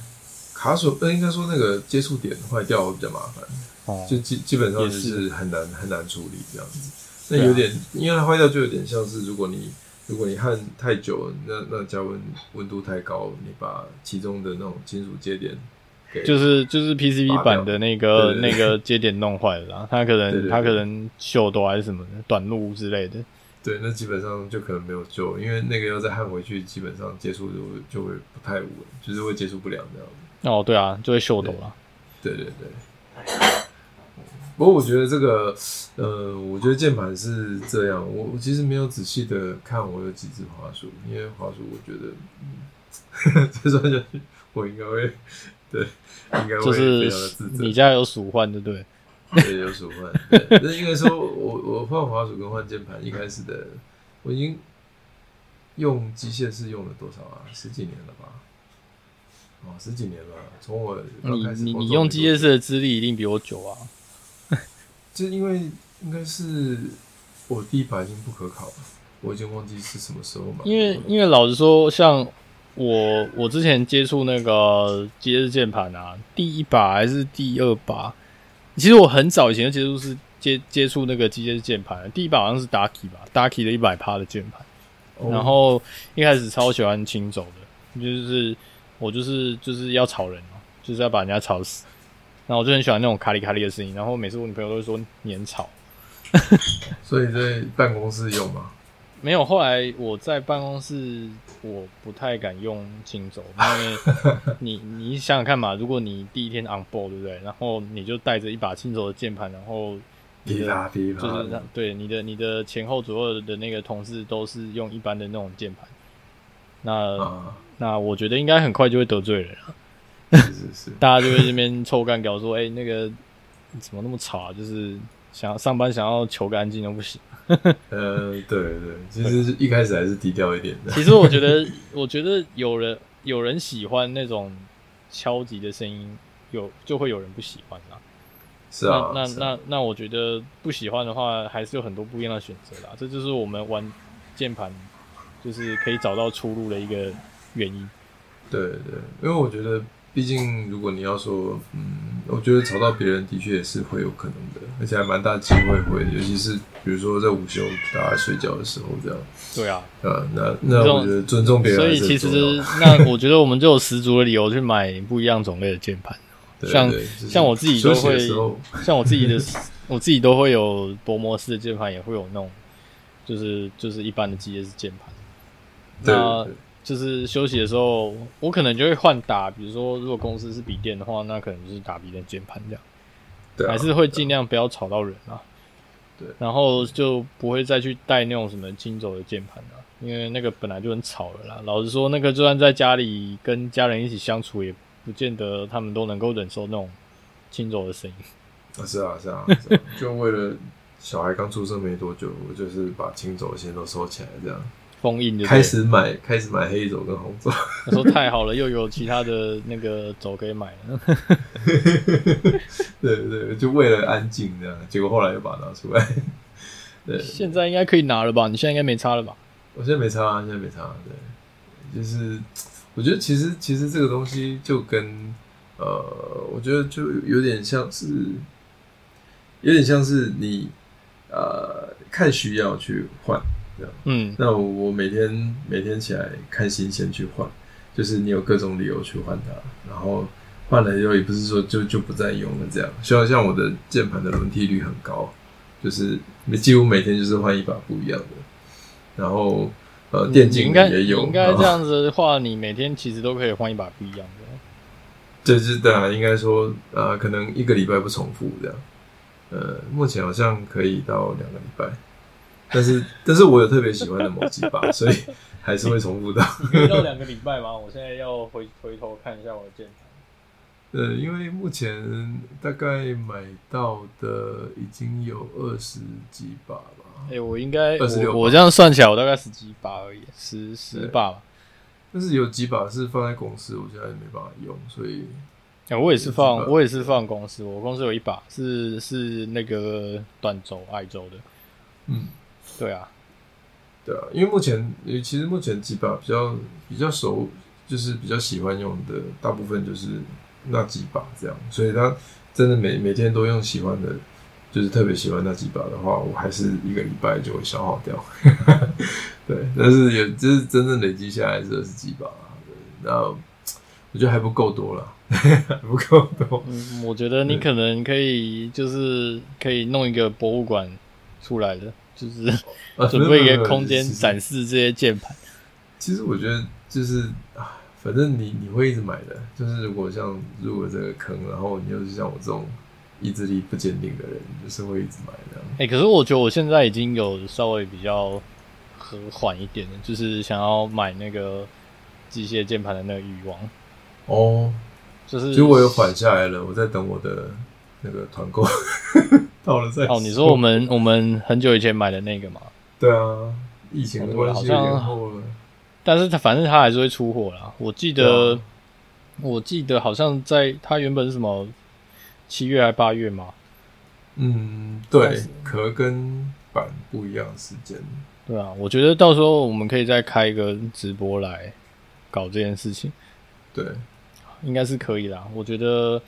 Speaker 1: 卡榫呃应该说那个接触点坏掉会比较麻烦，
Speaker 2: 哦，
Speaker 1: 就基基本上就
Speaker 2: 也
Speaker 1: 是很难很难处理这样子。那
Speaker 2: 对啊
Speaker 1: 有点，因为它坏掉就有点像是如果你如果你焊太久了，那那加温温度太高，你把其中的那种金属接点给
Speaker 2: 就是就是 PCB
Speaker 1: 拔掉
Speaker 2: 版的那个
Speaker 1: 对对对
Speaker 2: 那个接点弄坏了啦，它可
Speaker 1: 对
Speaker 2: 能
Speaker 1: 对
Speaker 2: 它
Speaker 1: 对
Speaker 2: 可能锈多还是什么的短路之类的。
Speaker 1: 对，那基本上就可能没有救，因为那个要再焊回去，基本上接触就会就会不太稳，就是会接触不良这样子。
Speaker 2: 哦，对啊，就会锈抖啦。
Speaker 1: 对对对。不过我觉得这个，呃，我觉得键盘是这样，我我其实没有仔细的看我有几只滑鼠，因为滑鼠我觉得，嗯， (laughs) 这算下去我应该会，对，应该会
Speaker 2: 就
Speaker 1: 非
Speaker 2: 是
Speaker 1: 常的自责。
Speaker 2: 你家有鼠患，对不对？
Speaker 1: 对，有鼠患。对那应该说我我换滑鼠跟换键盘一开始的，我已经用机械式用了多少啊？十几年了吧？哦，十几年了。从我刚
Speaker 2: 你
Speaker 1: 开始
Speaker 2: 你
Speaker 1: 工
Speaker 2: 你
Speaker 1: 作
Speaker 2: 用
Speaker 1: 没
Speaker 2: 机
Speaker 1: 多
Speaker 2: 械
Speaker 1: 久，
Speaker 2: 式的资历一定比我久啊！
Speaker 1: 就因为应该是我第一把已经不可考了，我已经忘记是什么时候买的了。
Speaker 2: 因为因为老实说，像我我之前接触那个机械式键盘啊，第一把还是第二把，其实我很早以前就接触是接接触那个机械式键盘，第一把好像是 Ducky 吧，Ducky 的一百趴的键盘。
Speaker 1: 哦
Speaker 2: 然后一开始超喜欢轻走的，就是我就是就是要吵人嘛，就是要把人家吵死。然后我就很喜欢那种卡里卡里的声音，然后每次我女朋友都会说你很吵。
Speaker 1: 所以在办公室用嘛，
Speaker 2: 没有，后来我在办公室，我不太敢用轻轴，因为你你想想看嘛，如果你第一天 on board 对不对？然后你就带着一把轻轴的键盘，然后你
Speaker 1: 噼
Speaker 2: 的
Speaker 1: 啪噼啪
Speaker 2: 就
Speaker 1: 的，
Speaker 2: 是让对你的你的前后左右的那个同事都是用一般的那种键盘，那
Speaker 1: 啊，
Speaker 2: 那我觉得应该很快就会得罪人啊，
Speaker 1: 是是是，
Speaker 2: 大家就会这边臭干屌说，哎、那个你怎么那么吵啊？就是想要上班想要求个安静都不行。
Speaker 1: 呃，对对，其实一开始还是低调一点的。
Speaker 2: 其实我觉得，我觉得有人有人喜欢那种敲击的声音，有就会有人不喜欢啦。
Speaker 1: 是啊，
Speaker 2: 那那
Speaker 1: 是啊
Speaker 2: 那那我觉得不喜欢的话，还是有很多不一样的选择啦。这就是我们玩键盘，就是可以找到出路的一个原因。
Speaker 1: 对对，因为我觉得，毕竟如果你要说，嗯，我觉得吵到别人的确也是会有可能的，而且还蛮大机会会，尤其是比如说在午休大家睡觉的时候这样，
Speaker 2: 对啊，
Speaker 1: 啊，那那我觉得尊重别人
Speaker 2: 所
Speaker 1: 还
Speaker 2: 以
Speaker 1: 啊是
Speaker 2: 其
Speaker 1: 很
Speaker 2: 实
Speaker 1: 重要的，
Speaker 2: 那我觉得我们就有十足的理由去买不一样种类的键盘。
Speaker 1: 对
Speaker 2: 像
Speaker 1: 对就是
Speaker 2: 像我自己都
Speaker 1: 休息的
Speaker 2: 会
Speaker 1: 时候，
Speaker 2: 像我
Speaker 1: (laughs)
Speaker 2: 自己的，我自己都会有薄膜式的键盘，也会有那种就是就是一般的 GS 键盘。
Speaker 1: 对
Speaker 2: 那
Speaker 1: 对
Speaker 2: 就是休息的时候，我可能就会换打，比如说如果公司是笔电的话，那可能就是打笔电键盘这样，
Speaker 1: 对啊
Speaker 2: 还是会尽量不要吵到人啊。
Speaker 1: 对
Speaker 2: 然后就不会再去带那种什么金轴的键盘了、因为那个本来就很吵了啦。老实说，那个就算在家里跟家人一起相处，也不见得他们都能够忍受那种金轴的声音。
Speaker 1: 啊是 (laughs) 啊是啊，是啊就为了小孩刚出生没多久，我就是把青轴先都收起来，这样
Speaker 2: 封印就
Speaker 1: 开始买开始买黑轴跟红轴，
Speaker 2: 我说太好了，又有其他的那个轴可以买了。 (laughs)
Speaker 1: 对对，就为了安静这样，结果后来又把它拿出来。对，
Speaker 2: 现在应该可以拿了吧？你现在应该没差了吧？
Speaker 1: 我现在没差、啊，现在没差、啊。对，就是我觉得其实其实这个东西就跟呃，我觉得就有点像是，有点像是你呃看需要去换。
Speaker 2: 嗯，
Speaker 1: 那我我每天每天起来看新鲜去换，就是你有各种理由去换它，然后换了以后也不是说就就不再用了这样。像像我的键盘的轮替率很高，就是几乎每天就是换一把不一样的。然后呃，电
Speaker 2: 嗯你
Speaker 1: 竞
Speaker 2: 应该
Speaker 1: 也有，啊
Speaker 2: 你应该
Speaker 1: 然后
Speaker 2: 这样子的话，你每天其实都可以换一把不一样的。
Speaker 1: (laughs) 就是对啊，应该说呃，可能一个礼拜不重复这样。呃，目前好像可以到两个礼拜，但是但是我有特别喜欢的某几把，所以还是会重复到。
Speaker 2: 可以到两个礼拜吗？我现在要回回头看一下我的键盘。
Speaker 1: 呃，因为目前大概买到的已经有二十几把吧，
Speaker 2: 哎、我应该
Speaker 1: 26
Speaker 2: 我
Speaker 1: 吧
Speaker 2: 我这样算起来，我大概十几把而已，十十把吧。
Speaker 1: 但是有几把是放在公司，我现在没办法用，所以
Speaker 2: 哎、我也是放
Speaker 1: 十几，把
Speaker 2: 我也是放公司，我公司有一把是是那个短轴矮轴的。
Speaker 1: 嗯，
Speaker 2: 对啊，
Speaker 1: 对啊，因为目前呃其实目前几把比较比较熟，就是比较喜欢用的，大部分就是那几把这样，所以他真的每每天都用喜欢的，就是特别喜欢那几把的话，我还是一个礼拜就会消耗掉。 (laughs) 对，但是也就是真正累积下来是二十几把啊，对那我觉得还不够多了， (laughs) 还不够多。
Speaker 2: 嗯，我觉得你可能可以，就是可以弄一个博物馆出来的，就是
Speaker 1: 啊没
Speaker 2: 准备一
Speaker 1: 有没有没
Speaker 2: 个
Speaker 1: 有
Speaker 2: 空间
Speaker 1: 其实
Speaker 2: 展示这些键盘。
Speaker 1: 其实我觉得就是啊，反正你你会一直买的，就是如果像入了这个坑，然后你又是像我这种意志力不坚定的人，就是会一直买这样。
Speaker 2: 哎、可是我觉得我现在已经有稍微比较和缓一点了，就是想要买那个机械键盘的那个欲望，
Speaker 1: 哦，
Speaker 2: 就是
Speaker 1: 其实我有缓下来了，我在等我的那个团购 (laughs) 到了再
Speaker 2: 哦，你说
Speaker 1: (laughs)
Speaker 2: 我们我们很久以前买的那个嘛，
Speaker 1: 对啊，疫情的关系
Speaker 2: 好像
Speaker 1: 延后了，
Speaker 2: 但是它反正它还是会出货啦。我记
Speaker 1: 对
Speaker 2: 得、
Speaker 1: 啊
Speaker 2: 我记得好像在它原本是什么七月还八月嘛，
Speaker 1: 嗯，
Speaker 2: 但
Speaker 1: 对
Speaker 2: 是，
Speaker 1: 壳跟板不一样的时间，
Speaker 2: 对啊，我觉得到时候我们可以再开一个直播来搞这件事情，
Speaker 1: 对，
Speaker 2: 应该是可以啦。我觉得，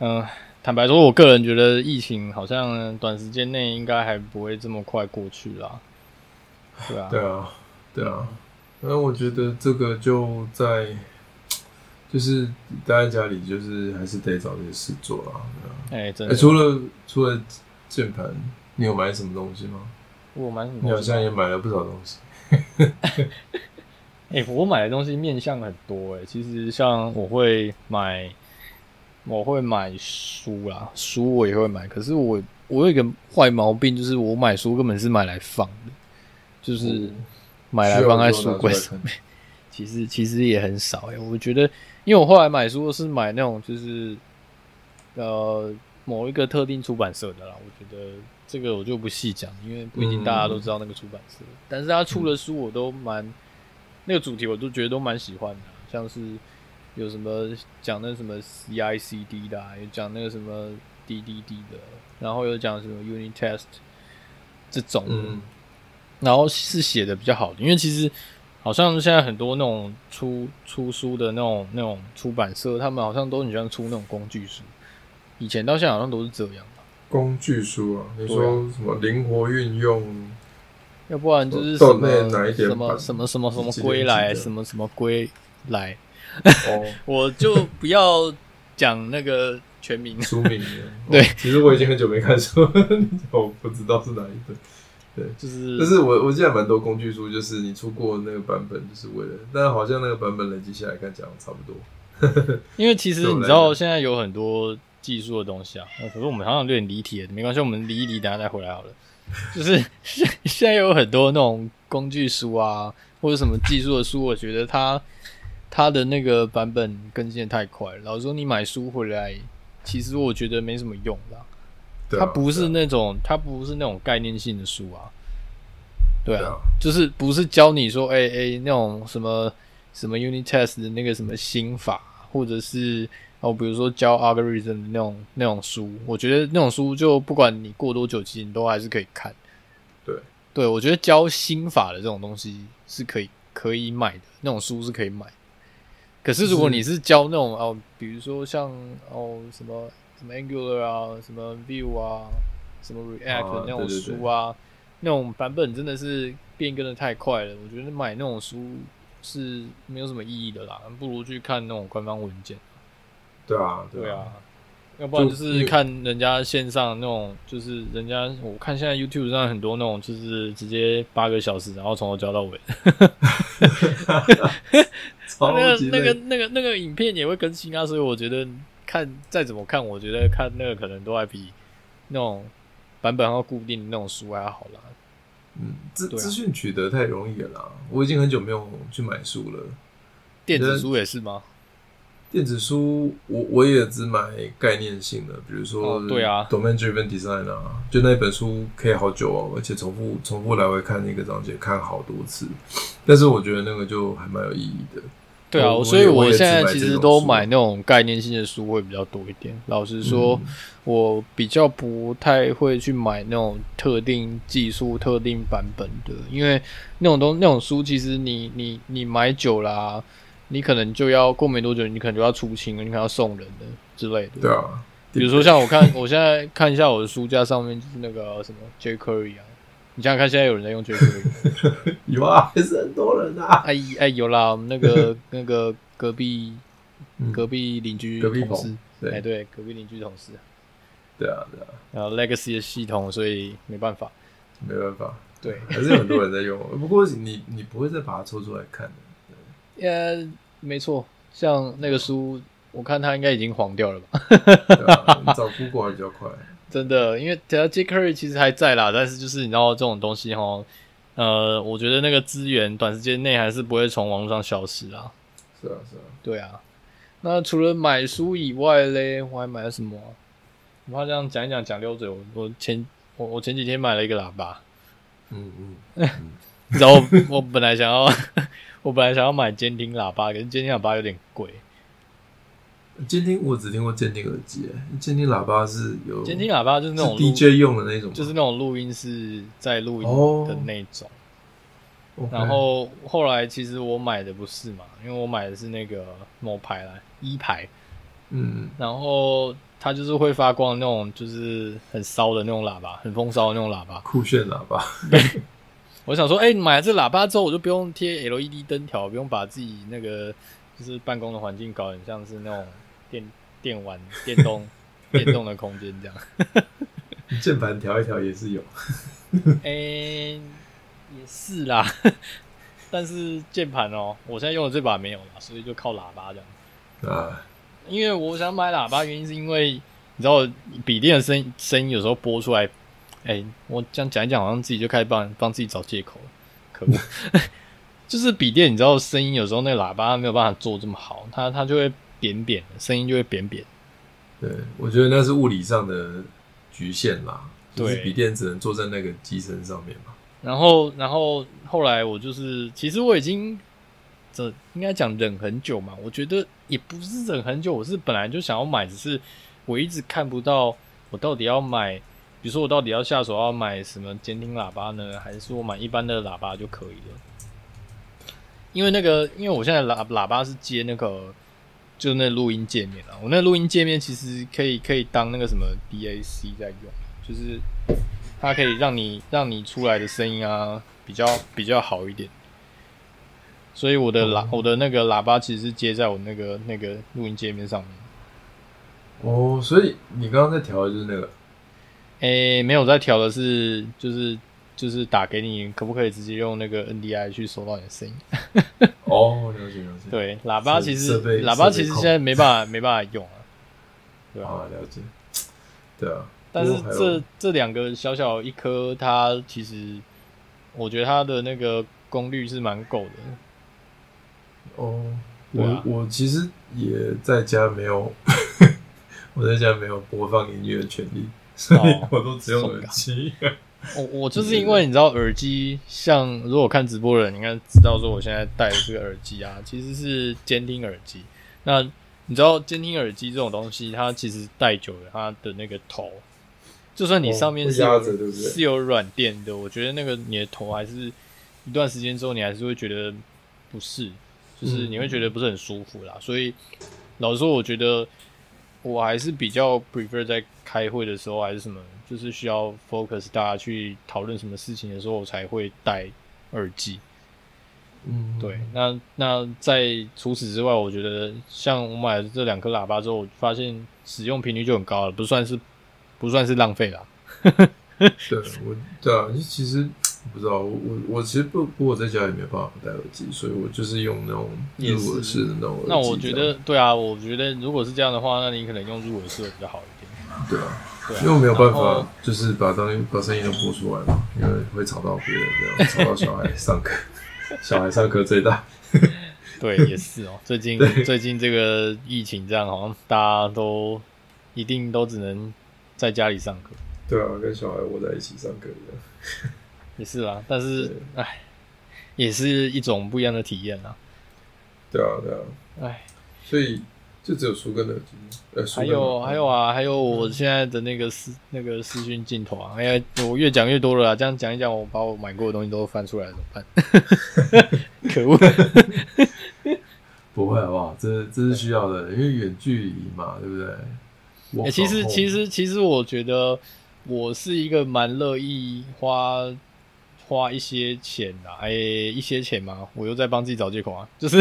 Speaker 2: 嗯、坦白说，我个人觉得疫情好像短时间内应该还不会这么快过去啦。对啊，
Speaker 1: 对啊，对啊。那我觉得这个就在，就是待在家里，就是还是得找些事做啦。对啊
Speaker 2: 哎、真
Speaker 1: 哎、
Speaker 2: 的，
Speaker 1: 除了除了键盘，你有买什么东西吗？
Speaker 2: 我买什么
Speaker 1: 你好
Speaker 2: 东西？
Speaker 1: 像也买了不少东西。
Speaker 2: 哎、我买的东西面向很多哎、其实像我会买，我会买书啦，书我也会买。可是我我有一个坏毛病，就是我买书根本是买来放的，就是
Speaker 1: 哦
Speaker 2: 买来放在书柜上。
Speaker 1: 面。
Speaker 2: 其实其实也很少哎、我觉得，因为我后来买书是买那种就是呃某一个特定出版社的啦，我觉得这个我就不细讲，因为不一定大家都知道那个出版社。但是他出的书我都蛮那个主题我都觉得都蛮喜欢的啊，像是有什么讲那什么 CICD 的、啊，有讲那个什么 DDD 的，啊然后有讲什么 Unit Test 这种的，
Speaker 1: 嗯，
Speaker 2: 然后是写的比较好的，因为其实好像现在很多那种出出书的那种那种出版社，他们好像都很喜欢出那种工具书，以前到现在好像都是这样，
Speaker 1: 工具书啊，你
Speaker 2: 对
Speaker 1: 说什么灵活运用？
Speaker 2: 要不然就是什
Speaker 1: 豆
Speaker 2: 么
Speaker 1: 内哪一点
Speaker 2: 什么
Speaker 1: 版
Speaker 2: 什么什么什么
Speaker 1: 几点
Speaker 2: 归来，
Speaker 1: 几的
Speaker 2: 什么什么归来，
Speaker 1: 哦，。
Speaker 2: 我就不要讲那个全名
Speaker 1: 书名耶。
Speaker 2: (laughs) 对
Speaker 1: 哦其实我已经很久没看书了， (laughs) 我不知道是哪一本。
Speaker 2: 就是
Speaker 1: 但是我我记得蛮多工具书，就是你出过那个版本，就是为了，但好像那个版本累积下来看起来好像差不多。
Speaker 2: 因为其实
Speaker 1: 对我
Speaker 2: 你
Speaker 1: 来
Speaker 2: 知道现在有很多技术的东西啊，呃可是我们好像有点离题了，没关系，我们离一离，等下再回来好了。 (laughs) 就是现现在有很多那种工具书啊，或者什么技术的书，我觉得它它的那个版本更新的太快了。老实说，你买书回来，其实我觉得没什么用啦。
Speaker 1: 对啊
Speaker 2: 它不是
Speaker 1: 对啊
Speaker 2: 那种，它不是那种概念性的书啊。
Speaker 1: 对
Speaker 2: 对啊
Speaker 1: 啊，
Speaker 2: 就是不是教你说，哎、哎、那种什么什么 unit test 的那个什么心法，或者是哦，比如说教 algorithm 的那种那种书，我觉得那种书就不管你过多久，其实你都还是可以看。
Speaker 1: 对，
Speaker 2: 对我觉得教心法的这种东西是可以可以买的，那种书是可以买的。可是如果你是教那种哦，比如说像哦什么什么 Angular 啊，什么 Vue 啊，什么 React
Speaker 1: 啊
Speaker 2: 的那
Speaker 1: 对
Speaker 2: 种
Speaker 1: 对对
Speaker 2: 书啊，那种版本真的是变更的太快了。我觉得买那种书是没有什么意义的啦，不如去看那种官方文件。
Speaker 1: 对啊，
Speaker 2: 对
Speaker 1: 啊
Speaker 2: 啊，，要不然就
Speaker 1: 就因
Speaker 2: 是
Speaker 1: 为
Speaker 2: 看人家线上那种，就是人家我看现在 YouTube 上很多那种，就是直接八个小时，然后从头教到尾。那
Speaker 1: 超
Speaker 2: 个
Speaker 1: 级
Speaker 2: 那个
Speaker 1: 累
Speaker 2: 那个那个影片也会更新啊，所以我觉得看再怎么看，我觉得看那个可能都还比那种版本要固定的那种书还要好啦。
Speaker 1: 嗯，资
Speaker 2: 对啊
Speaker 1: 资讯取得太容易了啦。我已经很久没有去买书了。
Speaker 2: 电子书也是吗？
Speaker 1: 电子书，我我也只买概念性的，比如说、
Speaker 2: 哦对啊
Speaker 1: ，domain driven design 啊，就那一本书可以好久哦，而且重复重复来回看那个章节，看好多次。但是我觉得那个就还蛮有意义的。
Speaker 2: 对啊，
Speaker 1: 我
Speaker 2: 所以
Speaker 1: 我也
Speaker 2: 现在
Speaker 1: 只买
Speaker 2: 其
Speaker 1: 这
Speaker 2: 实
Speaker 1: 种
Speaker 2: 都
Speaker 1: 书啊
Speaker 2: 买那种概念性的书会比较多一点。老实说，
Speaker 1: 嗯
Speaker 2: 我比较不太会去买那种特定技术、特定版本的，因为那种东那种书，其实你你你买久啦、你可能就要过没多久，你可能就要出清了，你可能要送人了之类的。
Speaker 1: 对啊，
Speaker 2: (laughs) 比如说像我看，我现在看一下我的书架上面就是那个什么 J Curry 啊，你想想看，现在有人在用 J Curry 吗？
Speaker 1: (laughs)
Speaker 2: (laughs)
Speaker 1: 有啊，还是很多人啊。
Speaker 2: 哎哎，有啦，我们
Speaker 1: (laughs)
Speaker 2: 那个那个隔壁
Speaker 1: 嗯
Speaker 2: 隔壁邻居
Speaker 1: 隔壁
Speaker 2: 同事
Speaker 1: 棚，对
Speaker 2: 哎对，隔壁邻居同事，
Speaker 1: 对啊，对啊，
Speaker 2: 然后 Legacy 的系统，所以没办法，
Speaker 1: 没办法，
Speaker 2: 对，
Speaker 1: 还是有很多人在用。不过你你不会再把它抽出来看的。
Speaker 2: 呃，没错，像那个书，我看它应该已经黄掉了吧？ (laughs)
Speaker 1: 对啊，你找 Google 还比较快。
Speaker 2: 真的，因为只要 J Curry 其实还在啦，但是就是你知道这种东西哈，呃，我觉得那个资源短时间内还是不会从网络上消失啦，
Speaker 1: 是啊，是啊。
Speaker 2: 对啊，那除了买书以外嘞，我还买了什么啊、我怕这样讲一讲讲溜嘴，我我前我我前几天买了一个喇叭，
Speaker 1: 嗯嗯，
Speaker 2: 然后我 (laughs) 我本来想要 (laughs) 我本来想要买监听喇叭，可是监听喇叭有点贵，
Speaker 1: 监听我只听过监听耳机，哎监听喇叭是有
Speaker 2: 监听喇叭就是那种
Speaker 1: 是
Speaker 2: 录
Speaker 1: DJ 用的那种吗，
Speaker 2: 就是那种录音室在录音
Speaker 1: 哦
Speaker 2: 的那种。
Speaker 1: OK
Speaker 2: 然后后来其实我买的不是嘛，因为我买的是那个某牌啦，一牌，
Speaker 1: 嗯，
Speaker 2: 然后它就是会发光的那种，就是很骚的那种喇叭，很风骚的那种喇叭。
Speaker 1: 酷炫喇叭， (laughs)
Speaker 2: 我想说，哎、买了这喇叭之后，我就不用贴 LED 灯条，不用把自己那个就是办公的环境搞得很像是那种电电玩、电动、电动的空间这样。
Speaker 1: 键盘调一调也是有，
Speaker 2: 哎、也是啦， (laughs) 但是键盘哦，我现在用的这把没有啦，所以就靠喇叭这样。
Speaker 1: 啊，
Speaker 2: 因为我想买喇叭，原因是因为你知道笔电的声音声音有时候播出来，哎、我这样讲一讲，好像自己就开始帮帮自己找借口了，可恶！ (laughs) 就是笔电，你知道声音有时候那个喇叭没有办法做这么好，它它就会扁扁的，声音就会扁扁。
Speaker 1: 对，我觉得那是物理上的局限啦，
Speaker 2: 对
Speaker 1: 就是笔电只能坐在那个机身上面嘛，
Speaker 2: 然后，然后后来我就是，其实我已经这应该讲忍很久嘛，我觉得也不是忍很久，我是本来就想要买，只是我一直看不到我到底要买，比如说我到底要下手要买什么监听喇叭呢，还是说我买一般的喇叭就可以了？因为那个，因为我现在喇喇叭是接那个就那录音界面啊，我那录音界面其实可以可以当那个什么 DAC 在用，就是它可以让你让你出来的声音啊比较比较好一点。所以我的
Speaker 1: 哦
Speaker 2: 喇、我的那个喇叭其实是接在我那个那个录音界面上面。
Speaker 1: 哦，所以你刚刚在调的就是那个，
Speaker 2: 诶、没有在调的是就是就是打给你，可不可以直接用那个 NDI 去收到你的声音？
Speaker 1: 哦，了解了解，
Speaker 2: 对，喇叭
Speaker 1: 是
Speaker 2: 其
Speaker 1: 设
Speaker 2: 实
Speaker 1: 备
Speaker 2: 喇
Speaker 1: 设备
Speaker 2: 叭其实
Speaker 1: 控
Speaker 2: 现在没办法没办法用啊，对吧、
Speaker 1: 啊，了解，对啊，
Speaker 2: 但是
Speaker 1: 不过还有
Speaker 2: 这这两个小小一颗，它其实我觉得它的那个功率是蛮够的。
Speaker 1: 哦，
Speaker 2: 对
Speaker 1: 我、
Speaker 2: 啊
Speaker 1: 我其实也在家没有，我在家没有播放音乐的权利，所以
Speaker 2: 哦
Speaker 1: 我都只用耳机。 (laughs)
Speaker 2: (laughs) 我我就是因为你知道耳机，像如果看直播的人，你应该知道说我现在戴的这个耳机啊，其实是监听耳机。那你知道监听耳机这种东西，它其实戴久了，它的那个头，就算你
Speaker 1: 哦
Speaker 2: 上面
Speaker 1: 会
Speaker 2: 是有、
Speaker 1: 压着对不对
Speaker 2: 是有软垫的，我觉得那个你的头还是一段时间之后，你还是会觉得不适，就是
Speaker 1: 嗯
Speaker 2: 你会觉得不是很舒服啦。所以老实说，我觉得我还是比较 prefer 在开会的时候还是什么，就是需要 focus 大家去讨论什么事情的时候，我才会戴耳机。
Speaker 1: 嗯，
Speaker 2: 对，那那在除此之外，我觉得像我买了这两颗喇叭之后，我发现使用频率就很高了，不算是不算是浪费啦。
Speaker 1: 对，我对啊，其实我不知道，我我我其实不，不过我在家也没有办法戴耳机，所以我就是用那种
Speaker 2: 也是
Speaker 1: 入耳式的那种耳机这样。
Speaker 2: 那我觉得，对啊，我觉得如果是这样的话，那你可能用入耳式会比较好一点。
Speaker 1: 对啊，
Speaker 2: 对啊、
Speaker 1: 因为我没有办
Speaker 2: 然
Speaker 1: 法
Speaker 2: 后，
Speaker 1: 就是把当把声音都播出来嘛，因为会吵到别人，这样吵到小孩上课， (laughs) 小孩上课最大。
Speaker 2: 对，也是哦。最
Speaker 1: (laughs)
Speaker 2: 近
Speaker 1: 对
Speaker 2: 最近这个疫情，这样好像大家都一定都只能在家里上课，
Speaker 1: 对啊，跟小孩窝在一起上课一样。
Speaker 2: 也是啦。但是
Speaker 1: 对，
Speaker 2: 唉，也是一种不一样的体验啦。
Speaker 1: 对啊，对啊，
Speaker 2: 唉，
Speaker 1: 所以就只有书跟耳机，呃，书
Speaker 2: 还
Speaker 1: 跟
Speaker 2: 有
Speaker 1: 耳
Speaker 2: 还有啊，还有
Speaker 1: 嗯
Speaker 2: 我现在的那个视那个视讯镜头啊，哎呀，我越讲越多了啦。这样讲一讲，我把我买过的东西都翻出来了，怎么办？ (laughs) 可恶！
Speaker 1: 不会好不好？这这是需要的，因为远距离嘛，对不对？
Speaker 2: 欸、
Speaker 1: Work
Speaker 2: 其实
Speaker 1: from home
Speaker 2: 其实其实我觉得我是一个蛮乐意花花一些钱的、啊，哎、一些钱嘛，我又在帮自己找借口啊， (laughs) 就是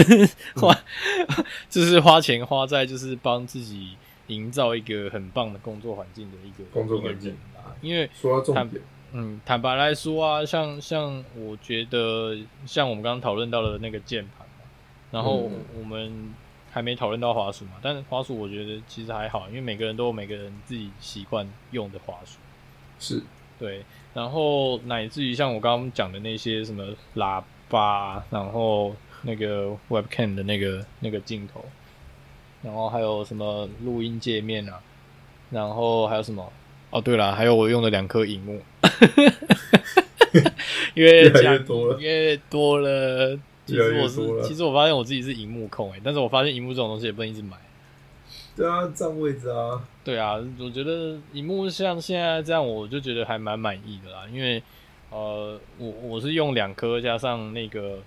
Speaker 2: 花、 (laughs) 就是花钱花在就是帮自己营造一个很棒的工作环境的一个
Speaker 1: 工作环境
Speaker 2: 一个人啊，因为
Speaker 1: 说到重
Speaker 2: 看
Speaker 1: 点，
Speaker 2: 嗯，坦白来说啊，像像我觉得，像我们刚刚讨论到的那个键盘嘛，然后
Speaker 1: 嗯
Speaker 2: 我们还没讨论到滑鼠嘛，但是滑鼠我觉得其实还好，因为每个人都有每个人自己习惯用的滑鼠，
Speaker 1: 是
Speaker 2: 对，然后乃至于像我刚刚讲的那些什么喇叭，然后那个 webcam 的那个那个镜头，然后还有什么录音界面啊，然后还有什么？哦，对了，还有我用的两颗荧幕， (laughs) 因为
Speaker 1: 越来越
Speaker 2: 讲
Speaker 1: 多了
Speaker 2: 越多了。其
Speaker 1: 越来
Speaker 2: 实
Speaker 1: 越
Speaker 2: 我是
Speaker 1: 多，了
Speaker 2: 其实我发现我自己是荧幕控哎、但是我发现荧幕这种东西也不能一直买。
Speaker 1: 对啊，占位置啊，
Speaker 2: 对啊，我觉得荧幕像现在这样，我就觉得还蛮满意的啦。因为呃，我我是用两颗加上那个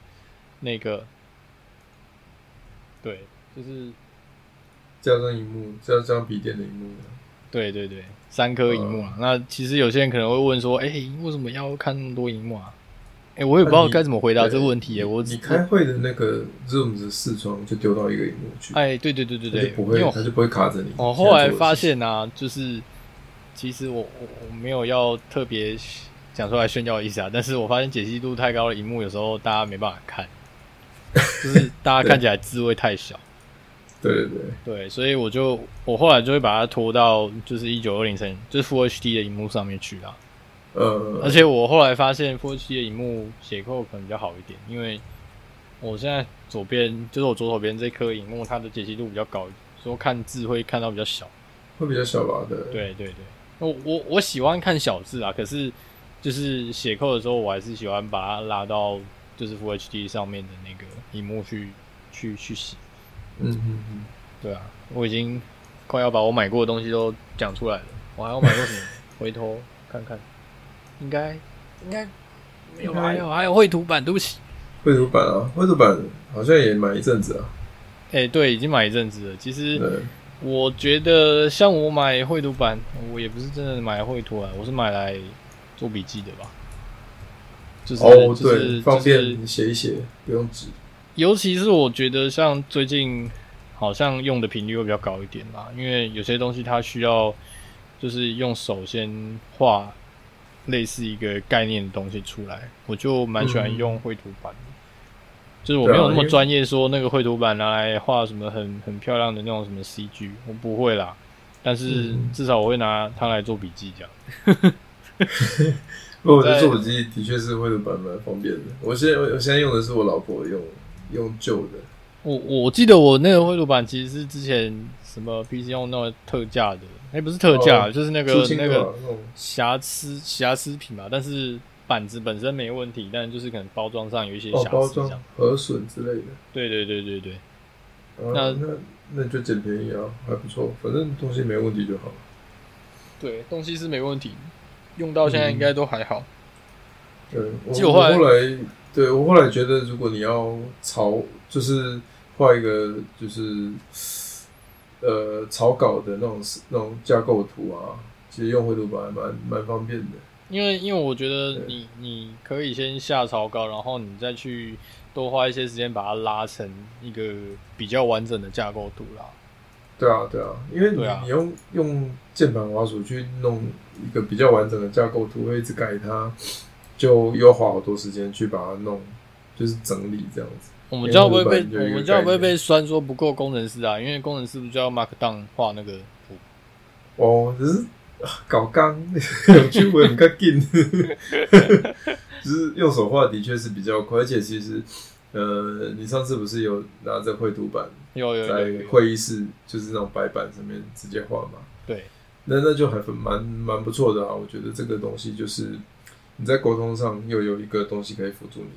Speaker 2: 那个，对，就是
Speaker 1: 加上荧幕，加上笔电的荧幕，啊
Speaker 2: 对对对，三
Speaker 1: 呃
Speaker 2: 颗荧幕啊。那其实有些人可能会问说，哎、为什么要看那么多荧幕啊？哎、我也不知
Speaker 1: 那
Speaker 2: 道
Speaker 1: 你
Speaker 2: 该怎么回答
Speaker 1: 对
Speaker 2: 这个问题耶、我
Speaker 1: 你
Speaker 2: 只
Speaker 1: 开会的那个 Zoom 的视窗就丢到一个荧幕去，
Speaker 2: 哎，对对对对
Speaker 1: 它
Speaker 2: 对
Speaker 1: 就，不
Speaker 2: 因为
Speaker 1: 会，
Speaker 2: 我
Speaker 1: 它就不会卡着你。
Speaker 2: 我哦后来
Speaker 1: 现在做的事情
Speaker 2: 发，现啊，就是其实我我我没有要特别讲出来炫耀的意思啊，但是我发现解析度太高的荧幕有时候大家没办法看，就是大家看起来字位太小，
Speaker 1: 对对对，
Speaker 2: 对，所以我就我后来就会把它拖到就是一九二零乘就是 Full HD 的荧幕上面去啦。而
Speaker 1: 呃，
Speaker 2: 且我后来发现 Full HD 的荧幕结构可能比较好一点，因为我现在左边就是我左手边这颗荧幕，它的解析度比较高，所以看字会看到比较小。
Speaker 1: 会比较小吧？对，
Speaker 2: 对对对，我我我喜欢看小字啊，可是就是写扣的时候，我还是喜欢把它拉到就是 Full HD 上面的那个荧幕去去去写。
Speaker 1: 嗯嗯嗯，
Speaker 2: 对啊，我已经快要把我买过的东西都讲出来了，我还要买过 (laughs) 什么？回头看看，应该应该没 (laughs) 有吧？还有还有绘图板，对不起。
Speaker 1: 绘图板啊，绘图板好像也买一阵子啊，
Speaker 2: 哎、对，已经买一阵子了。其实
Speaker 1: 对，
Speaker 2: 我觉得，像我买绘图板，我也不是真的买绘图啊，我是买来做笔记的吧。就是、
Speaker 1: 哦，
Speaker 2: 就
Speaker 1: 对，
Speaker 2: 是
Speaker 1: 方
Speaker 2: 就是
Speaker 1: 便你写一写，不用纸。
Speaker 2: 尤其是我觉得像最近好像用的频率会比较高一点啦，因为有些东西它需要就是用手先画类似一个概念的东西出来，我就蛮喜欢用绘图板的。就是我没有那
Speaker 1: 对啊因
Speaker 2: 么
Speaker 1: 为
Speaker 2: 专业，说那个绘图板拿来画什么很很漂亮的那种什么 CG，我不会啦。但是
Speaker 1: 嗯
Speaker 2: 至少我会拿它来做笔记，这样。
Speaker 1: 不过我觉得
Speaker 2: 在
Speaker 1: 做笔记的确是绘图板蛮方便的。我现在我现在用的是我老婆用用旧的，
Speaker 2: 我我记得我那个绘图板其实是之前什么 PC 用那个特价的，哎、不是特价，
Speaker 1: 哦
Speaker 2: 就是那
Speaker 1: 出
Speaker 2: 个
Speaker 1: 清
Speaker 2: 那
Speaker 1: 的
Speaker 2: 个
Speaker 1: 嘛那种
Speaker 2: 瑕疵瑕疵品嘛，但是板子本身没问题，但就是可能包装上有一些
Speaker 1: 哦
Speaker 2: 瑕
Speaker 1: 包
Speaker 2: 疵这样。
Speaker 1: 装核损之类的。
Speaker 2: 对对对对对，
Speaker 1: 啊
Speaker 2: 那
Speaker 1: 那那就捡便宜啊，还不错，反正东西没问题就好。
Speaker 2: 对东西是没问题，用到现在应该都还好。
Speaker 1: 对，我
Speaker 2: 结果
Speaker 1: 我
Speaker 2: 后来
Speaker 1: 后来对我后来觉得，如果你要草，就是画一个就是呃草稿的那种那种架构图啊，其实用绘图板还蛮蛮方便的。
Speaker 2: 因为因为我觉得
Speaker 1: 对
Speaker 2: 你你可以先下草稿，然后你再去多花一些时间把它拉成一个比较完整的架构图啦。
Speaker 1: 对啊，对啊，因为你、
Speaker 2: 对啊
Speaker 1: 你用用键盘滑鼠去弄一个比较完整的架构图，会一直改它，就又花好多时间去把它弄，就是整理这样子。
Speaker 2: 我们这样会不会
Speaker 1: 因为日
Speaker 2: 被
Speaker 1: 本有一
Speaker 2: 我
Speaker 1: 个
Speaker 2: 们这样会不会被酸说不够工程师啊？因为工程师不就要 Markdown 画那个图？
Speaker 1: 哦，只是啊搞
Speaker 2: (laughs)
Speaker 1: 刚两句文较紧，就是用手画的确是比较快，而且其实，呃，你上次不是有拿着绘图板
Speaker 2: 有有有有
Speaker 1: 在
Speaker 2: 有，
Speaker 1: 会议室，就是那种白板上面直接画嘛？
Speaker 2: 对，
Speaker 1: 那那就还蛮蛮不错的啊，我觉得这个东西就是你在沟通上又有一个东西可以辅助你，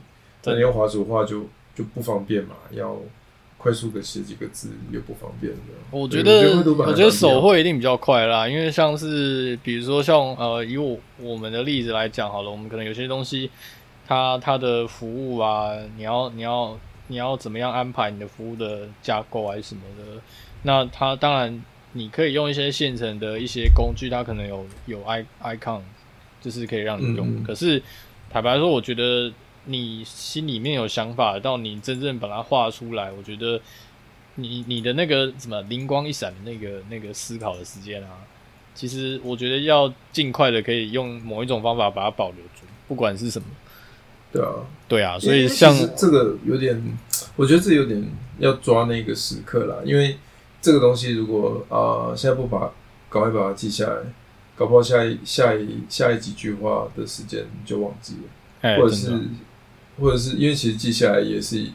Speaker 1: 那
Speaker 2: 真的
Speaker 1: 你用滑鼠画就就不方便嘛，要快速的写几个字又不方便的。
Speaker 2: 我
Speaker 1: 对
Speaker 2: 觉得
Speaker 1: 绘图板还
Speaker 2: 我觉
Speaker 1: 蛮妙
Speaker 2: 得
Speaker 1: 的
Speaker 2: 手绘一定比较快啦，因为像是比如说像呃以我我们的例子来讲好了，我们可能有些东西它它的服务啊，你要你要你要怎么样安排你的服务的架构还是什么的，那它当然你可以用一些现成的一些工具，它可能有有 i icon，就是可以让你用。
Speaker 1: 嗯嗯
Speaker 2: 可是坦白说，我觉得你心里面有想法，到你真正把它画出来，我觉得你你的那个什么灵光一闪的那个那个思考的时间啊，其实我觉得要尽快的可以用某一种方法把它保留住，不管是什么。
Speaker 1: 对啊，
Speaker 2: 对啊，所以
Speaker 1: 因为其
Speaker 2: 像
Speaker 1: 实这个有点，我觉得这有点要抓那个时刻啦，因为这个东西如果啊、呃现在不把赶快把它记下来，搞不好下一下一下一几句话的时间就忘记了，
Speaker 2: 哎，
Speaker 1: 或者
Speaker 2: 真
Speaker 1: 是
Speaker 2: 的
Speaker 1: 或者是因为其实记下来也是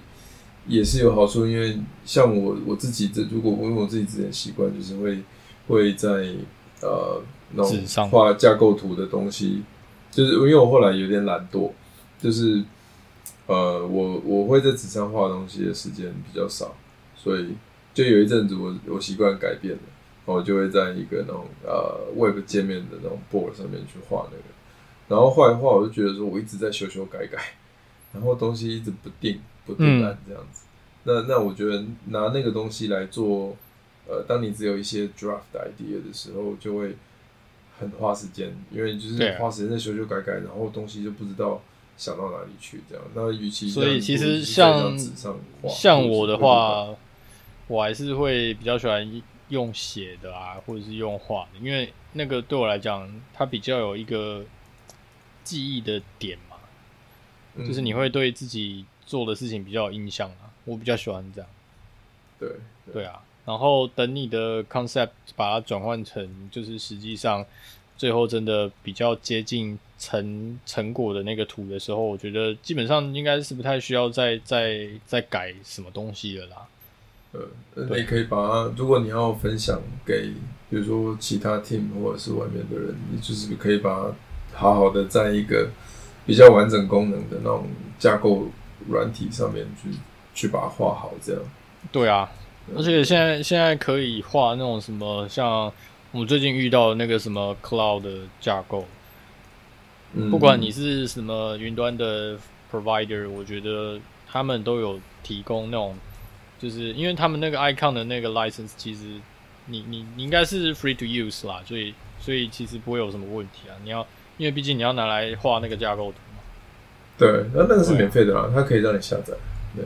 Speaker 1: 也是有好处，因为像我我自己的，如果我因为我自己之前习惯就是会会在呃那种
Speaker 2: 纸上
Speaker 1: 画架构图的东西，就是因为我后来有点懒惰，就是呃，我我会在纸上画东西的时间比较少，所以就有一阵子我我习惯改变了，然后我就会在一个那种呃 Web 界面的那种 board 上面去画那个，然后画一画，我就觉得说我一直在修修改 (laughs) 改，然后东西一直不定不定案这样子。那那我觉得拿那个东西来做，呃，当你只有一些 draft idea 的时候，就会很花时间，因为就
Speaker 2: 对
Speaker 1: 是
Speaker 2: 啊
Speaker 1: 花时间在修修改改，然后东西就不知道想到哪里去这样。那与其
Speaker 2: 所
Speaker 1: 这
Speaker 2: 以
Speaker 1: 样
Speaker 2: 其
Speaker 1: 不如
Speaker 2: 实
Speaker 1: 就是在一
Speaker 2: 像
Speaker 1: 张纸上画
Speaker 2: 像我的，
Speaker 1: 或者是
Speaker 2: 话，我还是会比较喜欢用写的啊，或者是用画的，因为那个对我来讲，它比较有一个记忆的点嘛，
Speaker 1: 嗯
Speaker 2: 就是你会对自己做的事情比较有印象啊。我比较喜欢这样，
Speaker 1: 对
Speaker 2: 对啊。然后等你的 concept 把它转换成，就是实际上最后真的比较接近成成果的那个图的时候，我觉得基本上应该是不太需要再再再改什么东西了啦。
Speaker 1: 呃，那
Speaker 2: 对
Speaker 1: 你可以把它，如果你要分享给，比如说其他 team 或者是外面的人，你就是可以把它好好的在一个比较完整功能的那种架构软体上面去去把它画好，这样。
Speaker 2: 对啊，而且现在现在可以画那种什么，像我们最近遇到的那个什么 cloud 的架构，
Speaker 1: 嗯
Speaker 2: 不管你是什么云端的 provider，我觉得他们都有提供那种就是因为他们那个 Icon 的那个 license，其实你你你应该是 free to use 啦，所以所以其实不会有什么问题啊。你要因为毕竟你要拿来画那个架构图嘛，
Speaker 1: 对，那那个是免费的
Speaker 2: 啊
Speaker 1: 啦，它可以让你下载。